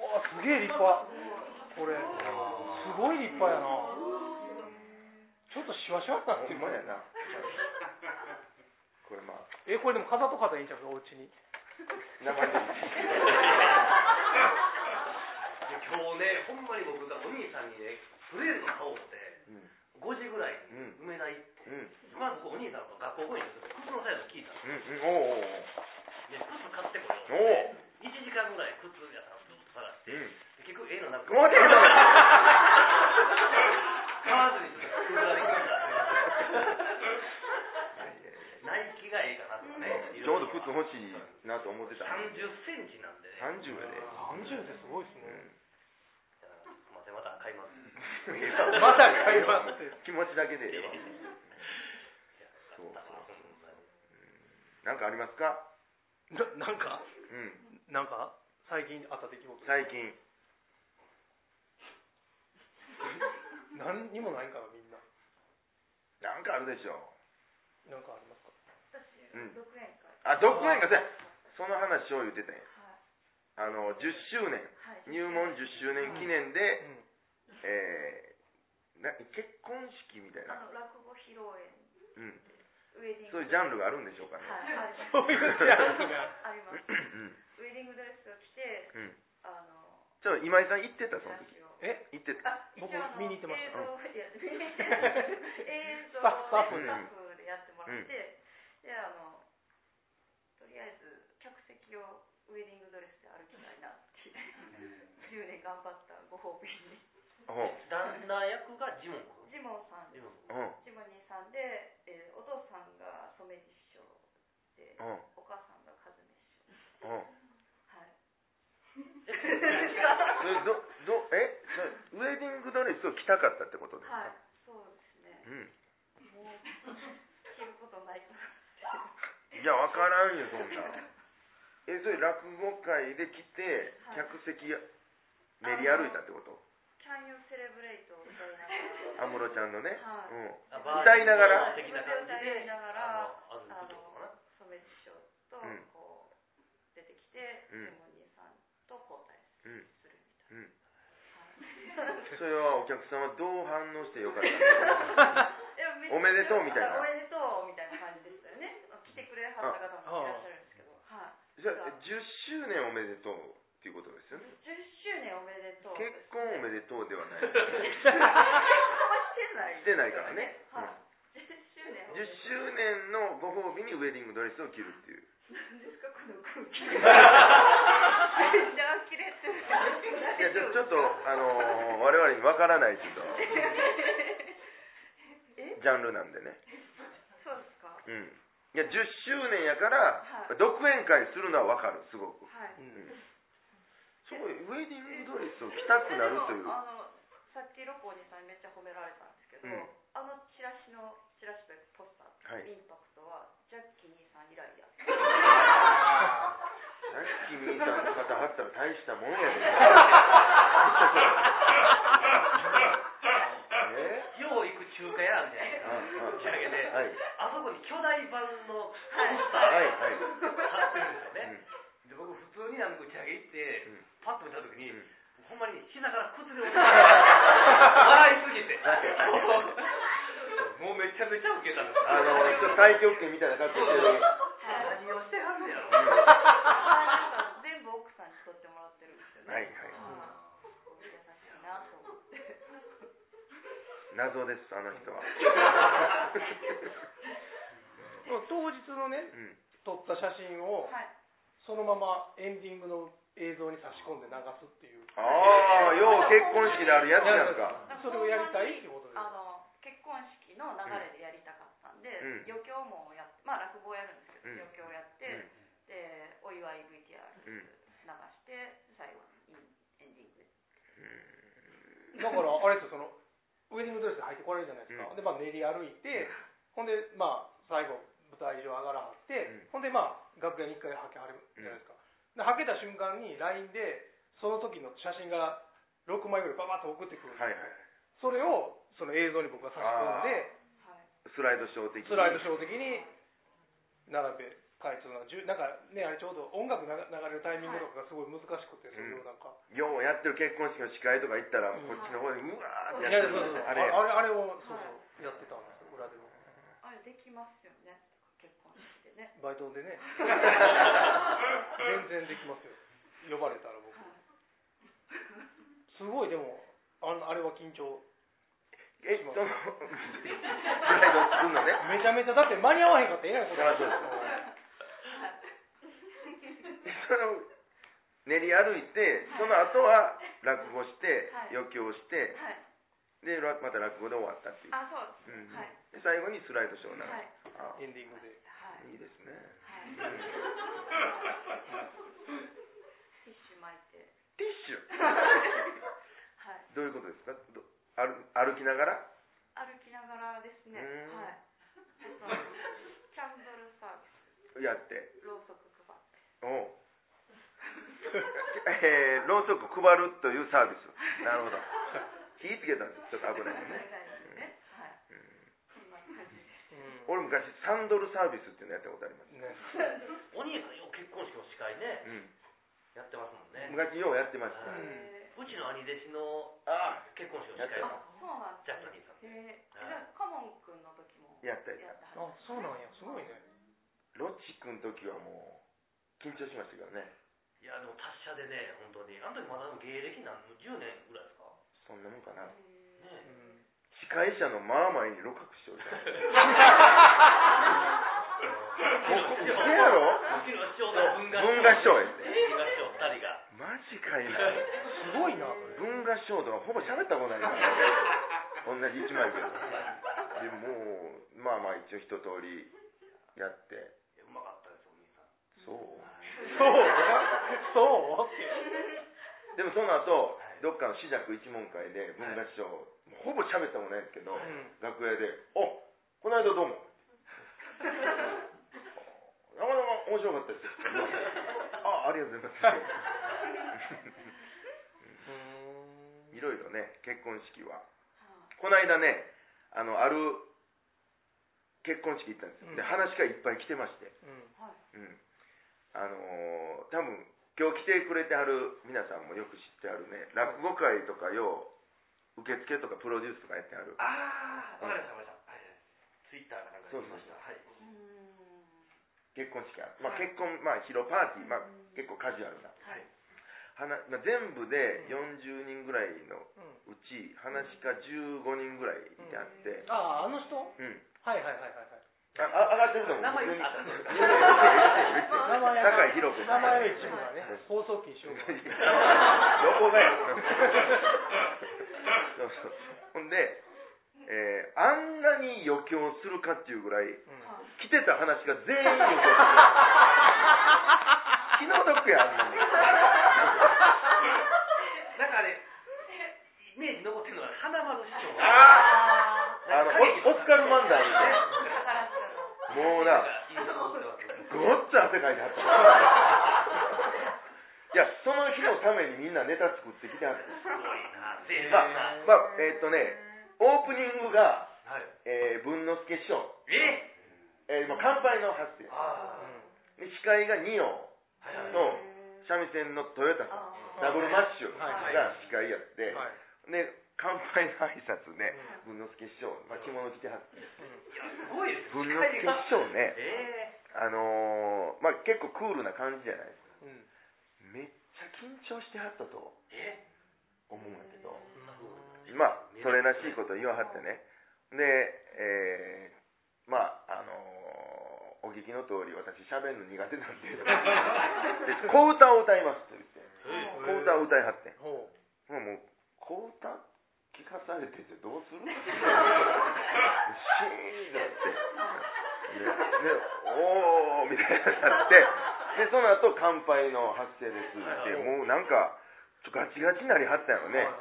[SPEAKER 2] わすげえ立派これすごい立派やなちょっとシワシワになって
[SPEAKER 1] ほ
[SPEAKER 2] る
[SPEAKER 1] んまやな。これまあ、
[SPEAKER 2] えこれでも飾っとかったらいいんちゃうかお家に
[SPEAKER 1] 名前で
[SPEAKER 3] いや今日ね、ほんまに僕がお兄さんにね、プレートの顔をって、
[SPEAKER 1] うん
[SPEAKER 3] 5時ぐらいに
[SPEAKER 1] うん
[SPEAKER 3] 梅田行って、
[SPEAKER 1] うん。
[SPEAKER 3] まず僕お兄さんと学校来いんですよ。靴のサイズ聞いたの。
[SPEAKER 1] うん、うん、おうおう
[SPEAKER 3] で、靴買ってこ
[SPEAKER 1] おう。お
[SPEAKER 3] よ
[SPEAKER 1] う
[SPEAKER 3] う。1時間ぐらい靴屋さんずっと探して、
[SPEAKER 1] うん。
[SPEAKER 3] で結局絵の中
[SPEAKER 1] 待てよ
[SPEAKER 3] 買わずに
[SPEAKER 1] [LAUGHS]
[SPEAKER 3] ちょっと作られてたナイキがええかなとかね。
[SPEAKER 1] ちょうど靴欲しいなと思ってた。
[SPEAKER 3] 30センチなんでね。
[SPEAKER 1] 30やで。
[SPEAKER 2] 30ってすごいですね
[SPEAKER 3] またまた買います。
[SPEAKER 1] ま
[SPEAKER 2] た買います
[SPEAKER 1] [LAUGHS] 気持ちだけでええわそうそうなんかありますか
[SPEAKER 2] ななんか
[SPEAKER 1] うん
[SPEAKER 2] なんか最近あった出来事
[SPEAKER 1] 最近
[SPEAKER 2] 何にもないんかなみんな
[SPEAKER 1] なんかあるでしょ
[SPEAKER 2] なんかありますか
[SPEAKER 1] うん
[SPEAKER 4] 独演会
[SPEAKER 1] あ独演会せやその話を言ってたんや
[SPEAKER 4] はい
[SPEAKER 1] あの10周年
[SPEAKER 4] はい
[SPEAKER 1] 入門10周年記念
[SPEAKER 2] う
[SPEAKER 1] で、
[SPEAKER 2] ん
[SPEAKER 1] えーな結婚式みたい
[SPEAKER 4] あの
[SPEAKER 1] な、
[SPEAKER 4] 落語披露宴
[SPEAKER 1] うん、
[SPEAKER 4] ウェディング
[SPEAKER 1] そういうジャンルがあるんでしょうかね
[SPEAKER 4] はいはい
[SPEAKER 2] そういうジャンルが
[SPEAKER 4] あります
[SPEAKER 1] うん
[SPEAKER 4] ウェディングドレスを着て
[SPEAKER 1] うん
[SPEAKER 4] あの
[SPEAKER 1] ちょっと今井さん行ってたその
[SPEAKER 4] ラ
[SPEAKER 1] 時
[SPEAKER 4] ジオ
[SPEAKER 2] え
[SPEAKER 1] 行ってた
[SPEAKER 4] あ一応あの
[SPEAKER 2] 僕見に行ってまし
[SPEAKER 4] 映
[SPEAKER 2] た
[SPEAKER 4] 像いや見に行って映像
[SPEAKER 2] スタッフスタッ
[SPEAKER 1] フ
[SPEAKER 4] スタッフでやってもらって、であのとりあえず客席をウェディングドレスで歩きたいなっていう10年頑張ったご褒美に
[SPEAKER 1] おう
[SPEAKER 3] 旦那役がジモン
[SPEAKER 4] ジ
[SPEAKER 3] 君。
[SPEAKER 4] モンさん
[SPEAKER 3] ジ
[SPEAKER 4] ジ
[SPEAKER 3] モン君。
[SPEAKER 4] モ
[SPEAKER 1] うん
[SPEAKER 4] ニーさんで、えーお父さんが染め師匠で
[SPEAKER 1] うん
[SPEAKER 4] お母さんが和美師匠
[SPEAKER 1] うん
[SPEAKER 4] はい
[SPEAKER 1] それどどえなウェディングドレスを着たかったってことですか、
[SPEAKER 4] はいそうですね
[SPEAKER 1] うん
[SPEAKER 4] もう着ることないか
[SPEAKER 1] いや、わからんよ、そんな。え、それ落語会で来て、
[SPEAKER 4] はい
[SPEAKER 1] 客席や、練り歩いたってこと
[SPEAKER 4] キャンユーセレブレイトを歌いな
[SPEAKER 1] 安室ちゃんのね。
[SPEAKER 4] はい
[SPEAKER 1] うん。
[SPEAKER 3] バー
[SPEAKER 1] 歌いながら
[SPEAKER 3] 的な感じで、
[SPEAKER 4] 歌いなが
[SPEAKER 3] あ
[SPEAKER 4] ら
[SPEAKER 3] の、あの、ことかな。
[SPEAKER 4] 染師匠と
[SPEAKER 1] うん
[SPEAKER 4] こう出てきて、
[SPEAKER 1] うん
[SPEAKER 4] ジモニーさんと交代
[SPEAKER 1] うん。
[SPEAKER 4] するみたい
[SPEAKER 1] うん。
[SPEAKER 4] な、
[SPEAKER 1] [LAUGHS]
[SPEAKER 4] はい
[SPEAKER 1] それはお客さんはどう反応し
[SPEAKER 4] [LAUGHS]
[SPEAKER 1] てよかった [LAUGHS]
[SPEAKER 4] いやめっちゃ
[SPEAKER 1] おめでとうみたいな
[SPEAKER 4] おめでとうみたいな感じでしたよね来てくれはった方もいらっしゃるんですけどはい
[SPEAKER 1] のじゃあ、10周年おめでとうっていうことですよね。
[SPEAKER 4] 10周年おめでとう
[SPEAKER 1] 結婚お
[SPEAKER 4] と
[SPEAKER 1] め
[SPEAKER 4] う
[SPEAKER 1] でとうで [LAUGHS] はない。
[SPEAKER 4] してない
[SPEAKER 1] してないからね
[SPEAKER 4] はい、10周年
[SPEAKER 1] 10周年のご褒美にウェディングドレスを着るっていう。
[SPEAKER 4] 何ですかこの空気めっちゃ呆れてる
[SPEAKER 1] いや、ちょちょっと、あのー我々にわからない、ちょっと、
[SPEAKER 4] [LAUGHS] え
[SPEAKER 1] ジャンルなんでね。
[SPEAKER 4] そうですか
[SPEAKER 1] うん。いや、10周年やから、
[SPEAKER 4] はい
[SPEAKER 1] 独演会するのはわかる、すごく。
[SPEAKER 4] はい
[SPEAKER 1] うんすごい、ウェディングドレスを着たくなるという
[SPEAKER 4] で。もあのさっきロコお兄さんにめっちゃ褒められたんですけど、
[SPEAKER 1] うん
[SPEAKER 4] あのチラシのチラシというかポスター、
[SPEAKER 1] はい
[SPEAKER 4] インパクトはジャッキー兄さん以来や
[SPEAKER 1] さっき兄さんの方あったら大したもんやで。え
[SPEAKER 3] よう行く中華屋みたいな。打ち上げで、
[SPEAKER 1] はい
[SPEAKER 3] あそこに巨大版のポス
[SPEAKER 1] は
[SPEAKER 3] タ
[SPEAKER 1] い
[SPEAKER 3] ーが
[SPEAKER 1] はい
[SPEAKER 3] 立ってるんですよね。で僕普通になんか打ち上げ行って、
[SPEAKER 1] うん
[SPEAKER 3] パッと見た時に、
[SPEAKER 1] うん
[SPEAKER 3] ほんまに膝から靴で落ちて笑いすぎて
[SPEAKER 1] はい
[SPEAKER 3] もうめちゃめちゃウケたんです
[SPEAKER 1] あの、ちょっと太極拳みたいな格好してる。
[SPEAKER 3] 何をしてはんねやろ、
[SPEAKER 4] あれなんか [LAUGHS] 全部奥さんに撮ってもらってるんですよ
[SPEAKER 1] はいは
[SPEAKER 4] ね、。
[SPEAKER 1] い
[SPEAKER 4] はい優しいなと思って
[SPEAKER 1] 謎ですあの人は
[SPEAKER 2] 当日のね
[SPEAKER 1] うん
[SPEAKER 2] 撮った写真を
[SPEAKER 4] はい
[SPEAKER 2] そのままエンディングの映像に差し込んで流すっていう
[SPEAKER 1] ああよう結婚式であるやつやんか
[SPEAKER 2] それをやりたいってことです
[SPEAKER 4] あの結婚式の流れでやりたかったんで、
[SPEAKER 1] うん
[SPEAKER 4] 余興もやってまあ落語をやるんですけど、
[SPEAKER 1] うん
[SPEAKER 4] 余興をやって、
[SPEAKER 1] うん
[SPEAKER 4] でお祝い VTR
[SPEAKER 1] うん
[SPEAKER 4] 流して、最後にエンディング
[SPEAKER 2] だからあれですよそのウェディングドレスで入ってこられるじゃないですか、
[SPEAKER 1] うん
[SPEAKER 2] でまあ練り歩いてほんでまあ最後舞台上上がらはって、ほんでまあ楽屋に一回はけはるじゃないですか、ではけた瞬間に LINE でその時の写真が6枚ぐらいババッと送ってくるん
[SPEAKER 1] はい
[SPEAKER 2] ですよ、それ
[SPEAKER 1] はい
[SPEAKER 2] をその映像に僕が差し込んで
[SPEAKER 4] はい
[SPEAKER 1] スライドショー的に
[SPEAKER 2] スライドショー的に並べ替えてたのはじゅなんかねあれちょうど音楽流流れるタイミングとかがすごい難しくて、それをなんか、
[SPEAKER 1] ようやってる結婚式の司会とか行ったら、
[SPEAKER 2] うん
[SPEAKER 1] こっちの方でうわーって
[SPEAKER 2] いや
[SPEAKER 1] や
[SPEAKER 2] いやそ
[SPEAKER 1] って
[SPEAKER 2] うそうそう
[SPEAKER 1] る
[SPEAKER 2] あ
[SPEAKER 1] あ
[SPEAKER 4] は
[SPEAKER 2] れあれをそうそう、やってたんで
[SPEAKER 1] れ
[SPEAKER 2] す
[SPEAKER 4] あれでき
[SPEAKER 2] よ裏でも
[SPEAKER 4] ますよね結婚式でね
[SPEAKER 1] [LAUGHS]
[SPEAKER 2] バイトでね全然できますよ呼ばれたら僕すごいでもあのあれは緊張
[SPEAKER 1] えそのスライド作るのね
[SPEAKER 2] めちゃめちゃだって間に合わへんかったらえらいこと
[SPEAKER 1] そりゃそうその練り歩いてその後は落語して
[SPEAKER 4] はい
[SPEAKER 1] 余興して
[SPEAKER 4] はい
[SPEAKER 1] でらまた落語で終わったっていう、
[SPEAKER 4] あそう
[SPEAKER 1] う
[SPEAKER 4] です、
[SPEAKER 1] ん
[SPEAKER 4] はい
[SPEAKER 1] で最後にスライドショーな
[SPEAKER 4] は
[SPEAKER 1] の、
[SPEAKER 4] い
[SPEAKER 1] あ
[SPEAKER 2] エンディングで
[SPEAKER 4] はい
[SPEAKER 1] いいですね
[SPEAKER 4] ティッシュ巻いて
[SPEAKER 1] ティッシュ [LAUGHS]
[SPEAKER 4] はい
[SPEAKER 1] どういうことですかど歩歩きながら
[SPEAKER 4] 歩きながらですね
[SPEAKER 1] うーん
[SPEAKER 4] はいちょっとキャンドルサービ
[SPEAKER 1] やって
[SPEAKER 4] スろうそく配って
[SPEAKER 1] おう [LAUGHS] えー、ろうそく配るというサービスなるほど火つけたんですちょっと危ないね
[SPEAKER 4] ですねはいそんな感じで
[SPEAKER 2] うん
[SPEAKER 1] 俺昔サンドルサービスっていうのやったことあります、
[SPEAKER 2] ね
[SPEAKER 3] お兄さんよう結婚式の司会ね
[SPEAKER 1] う
[SPEAKER 3] やってますもんね
[SPEAKER 1] ん、昔ようやってました、
[SPEAKER 3] うん
[SPEAKER 4] へ
[SPEAKER 3] うちの兄弟子の
[SPEAKER 1] ああ
[SPEAKER 3] 結婚式の司会
[SPEAKER 4] ー
[SPEAKER 1] や
[SPEAKER 3] は
[SPEAKER 4] あそうなん
[SPEAKER 3] ジ
[SPEAKER 4] です
[SPEAKER 3] ャック兄さん
[SPEAKER 4] へーえじゃあカモン君の時も
[SPEAKER 1] やったやった
[SPEAKER 4] やって
[SPEAKER 2] あ
[SPEAKER 4] はる
[SPEAKER 2] そうなんやすごいね
[SPEAKER 1] ロッチ君の時はもう緊張しましたけどね
[SPEAKER 3] いやでも達者でね本当にあの時まだでも芸歴何の10年ぐらいですか
[SPEAKER 1] そんなもんかな
[SPEAKER 4] へー
[SPEAKER 2] う
[SPEAKER 3] ね
[SPEAKER 2] ん
[SPEAKER 1] 司会者の真前に露覚しようじゃ [LAUGHS] ないこここ
[SPEAKER 3] う
[SPEAKER 1] やろ
[SPEAKER 3] うちの師匠と文
[SPEAKER 1] 文化賞やって
[SPEAKER 3] 文化師匠二人が
[SPEAKER 1] マジかいな
[SPEAKER 2] すごいなそれ
[SPEAKER 1] 文化賞とはほぼ喋ったことないから同じ一枚けどでもうまあまあ一応一通りやって
[SPEAKER 3] うまかったですお兄さん
[SPEAKER 1] そう
[SPEAKER 2] そうそう
[SPEAKER 1] でもその後どっかの四尺一問会で文化賞ほぼ喋ったことないですけど、
[SPEAKER 2] ん
[SPEAKER 1] 楽屋で「おこの間どうも」なかなか面白かった
[SPEAKER 3] [LAUGHS]
[SPEAKER 1] です。あ、ありがとうございます。いろいろね、結婚式は。この間ね、あの、ある結婚式行ったんですよ。
[SPEAKER 2] うん
[SPEAKER 1] で、話がいっぱい来てまして。
[SPEAKER 2] う
[SPEAKER 4] はい
[SPEAKER 1] うん。あのー多分今日来てくれてはる皆さんもよく知ってはるね、落語会とかよう、受付とかプロデュースとかやってはる。
[SPEAKER 3] ああわかりましたわかりましたはいはいツイッターかなんかで見ましたはいう
[SPEAKER 4] ーん
[SPEAKER 1] 結婚式ある。まあ結婚、まあ披露パーティー、まあ結構カジュアルな。
[SPEAKER 4] はい
[SPEAKER 1] 話まあ、全部で40人ぐらいの
[SPEAKER 2] ん
[SPEAKER 1] うち話し家15人ぐらいいてあって、
[SPEAKER 2] あああの人は
[SPEAKER 1] うん
[SPEAKER 2] いはいはいはいはい
[SPEAKER 1] ああ上がってると思う
[SPEAKER 3] 名前
[SPEAKER 1] 別に
[SPEAKER 3] あそうですか
[SPEAKER 1] 別に別に
[SPEAKER 2] 名前
[SPEAKER 1] 酒井宏子
[SPEAKER 2] 名前の一部がね
[SPEAKER 1] うん
[SPEAKER 2] 放送禁
[SPEAKER 1] [LAUGHS]
[SPEAKER 2] 止用語
[SPEAKER 1] どこがやそうそうほんで、えーあんなに余興するかっていうぐらい
[SPEAKER 2] うん
[SPEAKER 1] 来てた話が全員余興する気の毒やあんなに
[SPEAKER 3] なんかあれイメージ残ってるのは花丸師匠
[SPEAKER 1] あのオオスカル漫才
[SPEAKER 4] 宝塚の
[SPEAKER 1] でも
[SPEAKER 3] [LAUGHS]
[SPEAKER 1] うなごっつ汗かいてはった。いや、その日のためにみんなネタ作ってき [LAUGHS] てはった。
[SPEAKER 3] すごいな贅
[SPEAKER 1] ま
[SPEAKER 3] 沢な
[SPEAKER 1] あ、まあ、えーっとね、オープニングが、
[SPEAKER 3] はい
[SPEAKER 1] えー、文之助師匠、
[SPEAKER 3] え
[SPEAKER 1] えー、まあ乾杯の発生。
[SPEAKER 3] あ
[SPEAKER 2] うん
[SPEAKER 1] で司会が二葉
[SPEAKER 3] あはいはい
[SPEAKER 1] と三味線の豊田さん、
[SPEAKER 4] あー
[SPEAKER 1] ダブルマッシュ
[SPEAKER 2] はい
[SPEAKER 1] が司会やって、
[SPEAKER 2] はい
[SPEAKER 1] で、乾杯の挨拶で、
[SPEAKER 2] う
[SPEAKER 1] 文之助師匠、まあ、着物着てはって、
[SPEAKER 3] いやすごいです
[SPEAKER 1] 文之助師匠ね、
[SPEAKER 3] え
[SPEAKER 1] あのーまあ結構クールな感じじゃないですか。
[SPEAKER 2] んうん
[SPEAKER 1] めっちゃ緊張してはったと
[SPEAKER 3] え
[SPEAKER 1] 思うんやけど、
[SPEAKER 3] そんなことない
[SPEAKER 1] まあそれらしいことを言わはってねで、えーまああのーお聞きの通り私しゃべるの苦手なんでで小歌を歌いますと言って小
[SPEAKER 2] え
[SPEAKER 1] 歌を歌いはって
[SPEAKER 2] ほう
[SPEAKER 1] もうもう小歌聞かされててどうするシーンだってででおーみたいになってでその後乾杯の発声ですってもうなんかちょっとガチガチになりはったんやろね、
[SPEAKER 2] はいは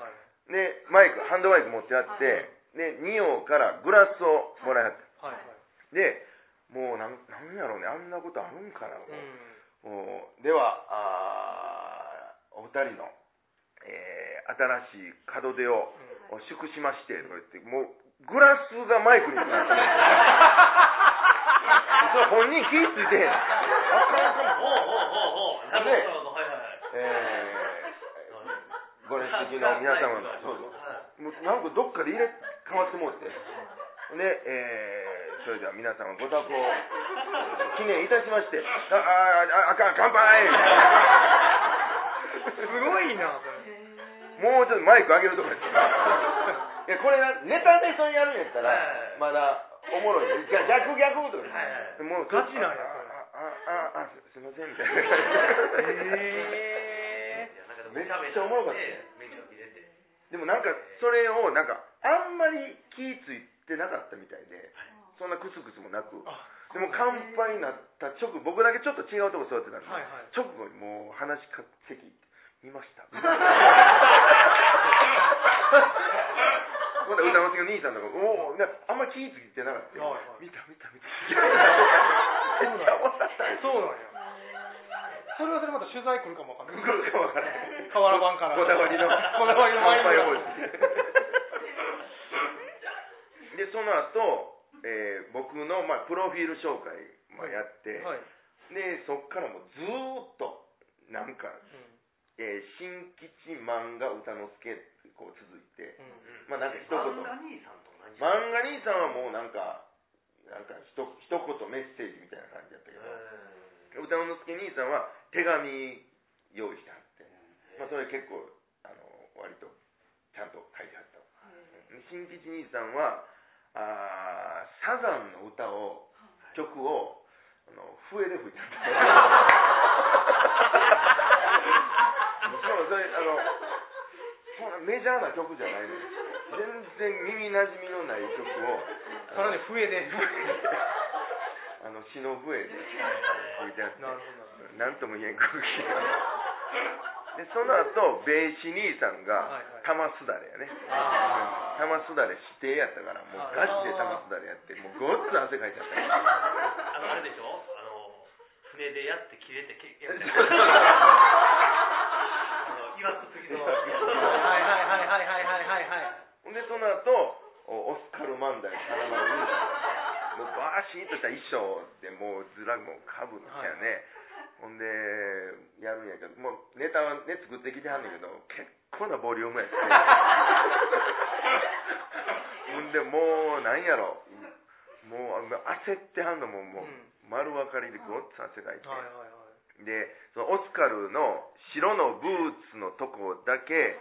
[SPEAKER 2] い
[SPEAKER 1] でマイクハンドマイク持ってあって、で二王からグラスをもらいはった
[SPEAKER 2] はいはい
[SPEAKER 1] でもうなんなんやろうねあんなことあるんかな、
[SPEAKER 2] うん
[SPEAKER 1] もうではあーお二人の、えー新しい門出を祝しましてとか言ってもうグラスがマイクになってるそれ本人気ぃついてへん
[SPEAKER 3] おおおおおなるほどなるほどはいはいはい
[SPEAKER 1] えーご列席の皆様のそうそうもうなんかどっかで入れ替わってもうてで、えーそれでは皆様ご多幸記念いたしましてああああかん乾杯
[SPEAKER 2] すごいなそれ
[SPEAKER 1] もうちょっとマイク上げるとこですいや
[SPEAKER 3] [LAUGHS]
[SPEAKER 1] これなネタでそれやるんやったら
[SPEAKER 3] はい
[SPEAKER 1] まだおもろいじゃあ逆逆とか
[SPEAKER 3] はいはい
[SPEAKER 1] もう
[SPEAKER 2] ガチなんや
[SPEAKER 1] あああああすすいませんみたいな
[SPEAKER 2] へ
[SPEAKER 3] いやなんかで
[SPEAKER 1] めっちゃおもろかったよ
[SPEAKER 3] メニュー入れて
[SPEAKER 1] [LAUGHS] でもなんかそれをなんかあんまり気ぃついてなかったみたいでそんなクスクスもなく
[SPEAKER 2] あ
[SPEAKER 1] でも乾杯になった直後僕だけちょっと違うとこ座ってたんで、
[SPEAKER 2] はいはい
[SPEAKER 1] 直後にもう話しか席見ま
[SPEAKER 2] [LAUGHS]
[SPEAKER 1] したほんなら歌の次の兄さんとかおおあんまり気ぃついてなかった、
[SPEAKER 2] はいはい
[SPEAKER 1] 見た見た見た
[SPEAKER 2] そうなん
[SPEAKER 1] めっちゃ
[SPEAKER 2] や
[SPEAKER 1] おもろかったです
[SPEAKER 2] そうなんやそれはそれまた取材来るかもわかんない
[SPEAKER 1] 来るかもわからない
[SPEAKER 2] 河原版から
[SPEAKER 1] こだわりの
[SPEAKER 2] こだわりのワイン
[SPEAKER 1] 乾杯をでその後、えー僕の、まあ、プロフィール紹介もやって、
[SPEAKER 2] はい
[SPEAKER 1] でそっからもうずーっとなんか、えー新吉漫画歌之助ってこう続いて、
[SPEAKER 2] うんうん
[SPEAKER 1] まあなんか一言
[SPEAKER 3] 漫画兄さんと同じ
[SPEAKER 1] 漫画兄さんはもうなんかなんかひと一言メッセージみたいな感じだったけど、
[SPEAKER 3] う
[SPEAKER 1] 歌之助兄さんは手紙用意してあって、まあ、それ結構あの割とちゃんと書いてあった新吉兄さんはあーサザンの歌を曲をあの笛で吹いて
[SPEAKER 2] [LAUGHS]
[SPEAKER 1] あったしかもそれあのそんなメジャーな曲じゃないのよ全然耳なじみのない曲を
[SPEAKER 2] さらに笛で
[SPEAKER 1] あの詩の笛で吹いてあって
[SPEAKER 2] なるほど
[SPEAKER 1] なんとも言えん空気がでその後ベーシ兄さんが
[SPEAKER 2] はいはい
[SPEAKER 1] 玉すだれやね
[SPEAKER 2] あ
[SPEAKER 1] 玉すだれ指定やったからもうガチで玉すだれやってもうごっつ汗かいちゃった
[SPEAKER 3] あのあれで
[SPEAKER 4] [LAUGHS]
[SPEAKER 3] しょあの船でやって切れてけ
[SPEAKER 2] [LAUGHS]
[SPEAKER 3] やってあの岩く次の
[SPEAKER 1] は
[SPEAKER 2] はい
[SPEAKER 1] い
[SPEAKER 2] はい
[SPEAKER 1] は
[SPEAKER 2] はいはいはいはいはい
[SPEAKER 1] ほんでその後おオスカル・マンダイ金丸兄さんのバーシーンとした衣装でもうずらもうかぶったよね、ほんでやるんやけどもうネタはね作ってきてはんねんけど結構なボリュームやってほんでもうなんやろもうあ焦ってはんのももう、
[SPEAKER 2] うん
[SPEAKER 1] 丸分かりでごっつ汗かいて、
[SPEAKER 2] はいはいはい
[SPEAKER 1] でそのオスカルの白のブーツのとこだけ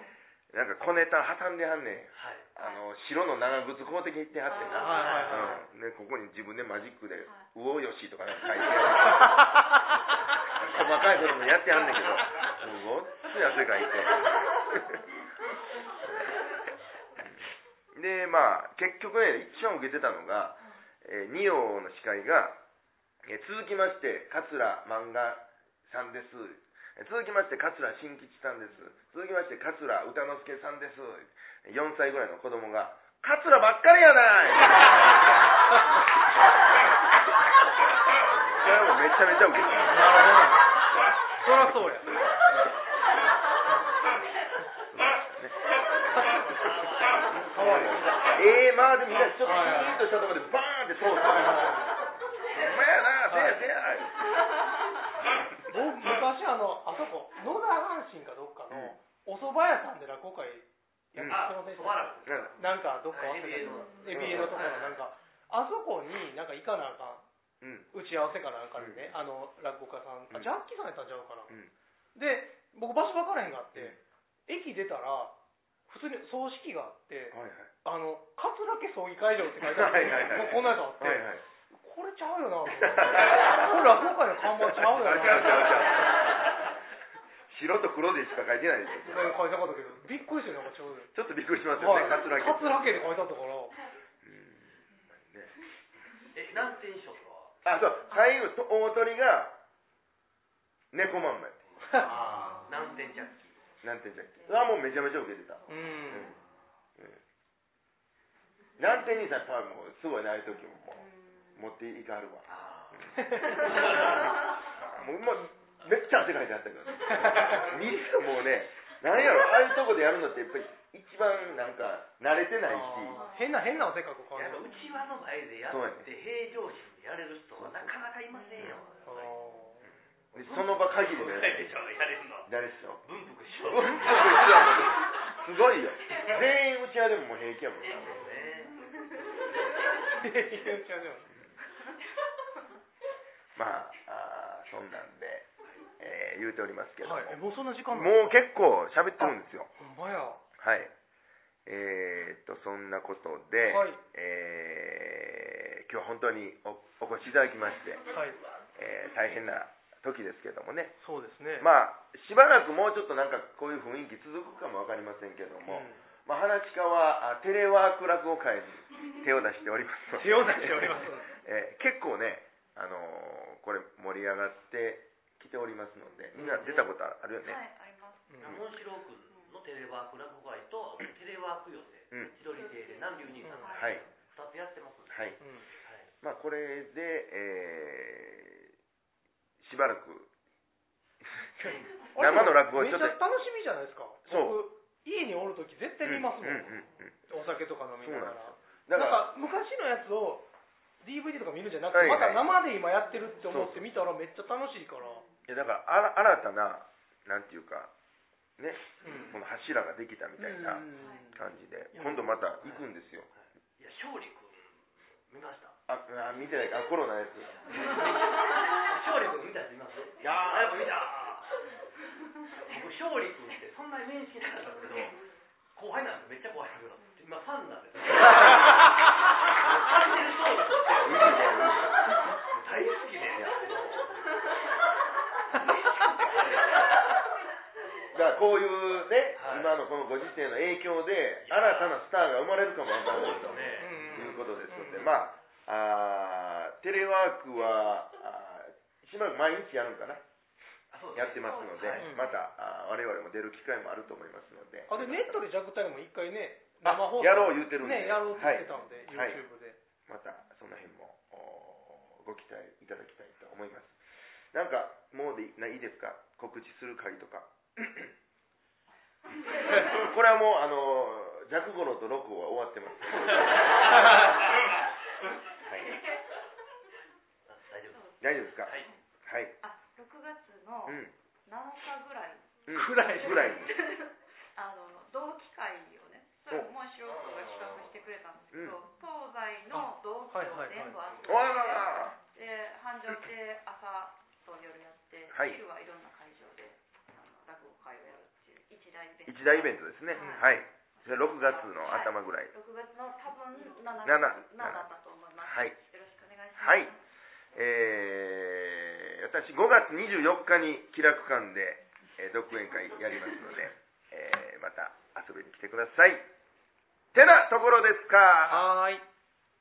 [SPEAKER 1] なんか小ネタ挟んではんねん
[SPEAKER 3] はい
[SPEAKER 1] あの白の長靴公的行ってはってな、
[SPEAKER 2] はいはいはい
[SPEAKER 1] うんね、ここに自分でマジックで「魚吉」とかなんか書いて
[SPEAKER 2] [LAUGHS]
[SPEAKER 1] 細かいこともやってはんねんけどもうごっつい汗かいてでまあ結局ね一番受けてたのが、えー二葉の司会が、えー続きまして桂漫画さんですえー続きまして桂新吉さんです続きまして桂歌之助さんです4歳ぐらいの子供が「桂ばっかり
[SPEAKER 2] [LAUGHS]
[SPEAKER 1] やない!」それはもうめちゃめちゃウケ
[SPEAKER 2] なる
[SPEAKER 1] て
[SPEAKER 2] ほど。そり
[SPEAKER 1] る
[SPEAKER 2] ゃそうや。かわいい。
[SPEAKER 1] ええまあでもみんなちょっとピーンとしたところでバーンって通ったお前やなせやせや
[SPEAKER 2] 僕昔あのあそこ野田阪神かどっかのお蕎麦屋さんで落語会やって
[SPEAKER 3] あ
[SPEAKER 2] ません
[SPEAKER 3] そばらく
[SPEAKER 1] なんか
[SPEAKER 2] なんかどっか忘れたけどエビエのところのなんかあそこになんか行かなあかん
[SPEAKER 1] う
[SPEAKER 2] 打
[SPEAKER 1] ん
[SPEAKER 2] ち合わせかなんかでね、あの落語家さん、あ
[SPEAKER 1] う
[SPEAKER 2] ジ
[SPEAKER 1] ん
[SPEAKER 2] ャッキーさんやったんちゃうかな、
[SPEAKER 1] うん
[SPEAKER 2] で僕場所分からへんがあって、駅出たら普通に葬式があって、
[SPEAKER 1] はいはい
[SPEAKER 2] あの、桂家葬儀会場って書いてある
[SPEAKER 1] [LAUGHS] はいはいはい
[SPEAKER 2] こんなやつあって、
[SPEAKER 1] はいはい
[SPEAKER 2] これちゃうよな、こ
[SPEAKER 1] [LAUGHS]
[SPEAKER 2] れ落語会の看板ちゃうよな。
[SPEAKER 1] あ違う違う違 [LAUGHS] う白と黒でしか書いてないですよ
[SPEAKER 2] これ書いてなかったけど、びっくりしてなんかちょうど。
[SPEAKER 1] ちょっとびっくりしますよ
[SPEAKER 2] はい
[SPEAKER 1] ね、桂家
[SPEAKER 2] 桂家って書いてあったから、
[SPEAKER 3] え、なんて印象とかは
[SPEAKER 1] あそう最後と大鳥が猫まんまやって
[SPEAKER 3] ああ、何点ジャッキ
[SPEAKER 1] なんていうんじゃっけそれはもうめちゃめちゃ受けてた
[SPEAKER 2] うん。
[SPEAKER 1] なんて兄さんやっぱもうすごいなああいう時ももう持っていかはるわ
[SPEAKER 3] ああ、
[SPEAKER 1] もう、まめっちゃ汗かいてあったけ
[SPEAKER 2] [LAUGHS]
[SPEAKER 1] どねみんなもうねなんやろああいうとこでやるのってやっぱり一番なんか慣れてないし
[SPEAKER 2] あー変な変なおせっかく感
[SPEAKER 3] やっ
[SPEAKER 2] じ
[SPEAKER 3] ぱ
[SPEAKER 2] る。
[SPEAKER 3] 内輪の前でや
[SPEAKER 1] そうや
[SPEAKER 3] って平常心でやれる人はなかなかいませんよ。
[SPEAKER 2] あー
[SPEAKER 1] でその場限り
[SPEAKER 3] や
[SPEAKER 1] の
[SPEAKER 3] っ
[SPEAKER 1] や
[SPEAKER 3] ぱり
[SPEAKER 1] つ
[SPEAKER 3] でしょやれるの。
[SPEAKER 1] 誰でしょ
[SPEAKER 3] 文福師
[SPEAKER 1] う
[SPEAKER 3] 匠。
[SPEAKER 1] んすごいよ全員うちはでももう平気やもんな
[SPEAKER 3] ね。
[SPEAKER 2] いやいや違う違う
[SPEAKER 1] まああーそんなんで、えー言うておりますけど
[SPEAKER 2] は
[SPEAKER 1] も、
[SPEAKER 2] い、えもうそんな時間なの
[SPEAKER 1] もう結構喋ってるんですよ
[SPEAKER 2] ほんまや。
[SPEAKER 1] はいえー、っとそんなことで、
[SPEAKER 2] はい
[SPEAKER 1] えー今日本当におお越しいただきまして、
[SPEAKER 2] はい。
[SPEAKER 1] えー大変な時ですけどもね
[SPEAKER 2] そうですね。
[SPEAKER 1] まあしばらくもうちょっとなんかこういう雰囲気続くかもわかりませんけども、
[SPEAKER 2] う
[SPEAKER 1] まあ、花近はあテレワーク落語会に手を出しておりますの
[SPEAKER 2] 手
[SPEAKER 1] で
[SPEAKER 2] を出しております
[SPEAKER 1] [LAUGHS] えー結構ね、あのーこれ盛り上がってきておりますのでみんな出たことあるよね、
[SPEAKER 4] あります。
[SPEAKER 2] ん
[SPEAKER 3] モンシロ君のテレワーク落語会と、あとテレワーク寄席、
[SPEAKER 1] うん
[SPEAKER 3] 千鳥亭で南流兄さんが
[SPEAKER 1] はい
[SPEAKER 3] 二つやってますんで。
[SPEAKER 1] はい
[SPEAKER 2] うん
[SPEAKER 1] まあ、これで、えーしばらく生の落語を
[SPEAKER 2] め
[SPEAKER 1] ち
[SPEAKER 2] っ
[SPEAKER 1] ょ
[SPEAKER 2] ち
[SPEAKER 1] っ
[SPEAKER 2] ゃ
[SPEAKER 1] と
[SPEAKER 2] 楽しみじゃないですか。
[SPEAKER 1] そう
[SPEAKER 2] 僕。家におるとき絶対見ますもん,、
[SPEAKER 1] うんうんうんうん
[SPEAKER 2] お酒とか飲みながら。
[SPEAKER 1] だから
[SPEAKER 2] なんか昔のやつを DVD とか見るんじゃなく
[SPEAKER 1] は
[SPEAKER 2] て、
[SPEAKER 1] いはい
[SPEAKER 2] また生で今やってるって思って見たらめっちゃ楽しいから。
[SPEAKER 1] いやだからあら新たななんていうかね、
[SPEAKER 2] うん
[SPEAKER 1] この柱ができたみたいな
[SPEAKER 2] うん
[SPEAKER 1] 感じで、今度また行くんですよ、
[SPEAKER 3] いや、勝利君、見ました。
[SPEAKER 1] ああ見てないあコロ
[SPEAKER 2] [LAUGHS]
[SPEAKER 1] ナのやつ
[SPEAKER 3] 勝利君見たやつ見ますいやー、や
[SPEAKER 1] [LAUGHS]
[SPEAKER 3] っぱ見た僕、勝利君ってそんなに面識なかったんですけど、後輩なんですめっちゃ後輩なんですよ。今、ファンなんですよ。ファンでそうなんですよ。大好きで。
[SPEAKER 1] だからこういうね、
[SPEAKER 3] はい
[SPEAKER 1] 今のこのご時世の影響で新たなスターが生まれるかもわからないと
[SPEAKER 3] そうですね
[SPEAKER 1] いうことですので、まああーテレワークはあーしばらく毎日やるんかな
[SPEAKER 3] あそう
[SPEAKER 1] やってますので、
[SPEAKER 3] はい
[SPEAKER 1] またあー我々も出る機会もあると思いますので
[SPEAKER 2] あでネットでジャックタイムも一回ね生
[SPEAKER 1] あ
[SPEAKER 2] 放送
[SPEAKER 1] やろう言うてるんで
[SPEAKER 2] ねやろうって言ってたんで、
[SPEAKER 1] はい
[SPEAKER 2] YouTube
[SPEAKER 1] [LAUGHS]
[SPEAKER 2] で、 [LAUGHS]
[SPEAKER 1] またその辺もおご期待いただきたいと思いますなんかもうでいないいですか告知する会
[SPEAKER 3] [LAUGHS]
[SPEAKER 1] とかこれはもうあの弱語のと六号は終わってま
[SPEAKER 3] [LAUGHS]
[SPEAKER 1] す
[SPEAKER 3] あ大丈夫です。
[SPEAKER 1] 大丈夫ですか
[SPEAKER 3] はい。
[SPEAKER 1] はい、
[SPEAKER 4] あ、6月の
[SPEAKER 1] うん
[SPEAKER 4] 7日ぐらい、
[SPEAKER 1] うん
[SPEAKER 2] ぐらい
[SPEAKER 1] ぐらいに
[SPEAKER 4] あの同期会をね、それも面白くが企画してくれたんですけど、東西の同期を全部集
[SPEAKER 1] おら
[SPEAKER 4] めて、
[SPEAKER 1] ら
[SPEAKER 4] で繁盛で朝と夜やって、
[SPEAKER 1] はい
[SPEAKER 4] 昼はいろんな会場であの落語会をやるっていう一大イベント。
[SPEAKER 1] 一大イベントですねは、
[SPEAKER 4] はい
[SPEAKER 1] それ6月の頭ぐらい、
[SPEAKER 4] 6月の多分7七
[SPEAKER 1] 七
[SPEAKER 4] だと思います。
[SPEAKER 1] はい
[SPEAKER 4] よろしくお願いします。
[SPEAKER 1] はいえー、私5月24日に気楽館で、えー、独演会やりますので、えー、また遊びに来てくださいてなところですか
[SPEAKER 2] はーい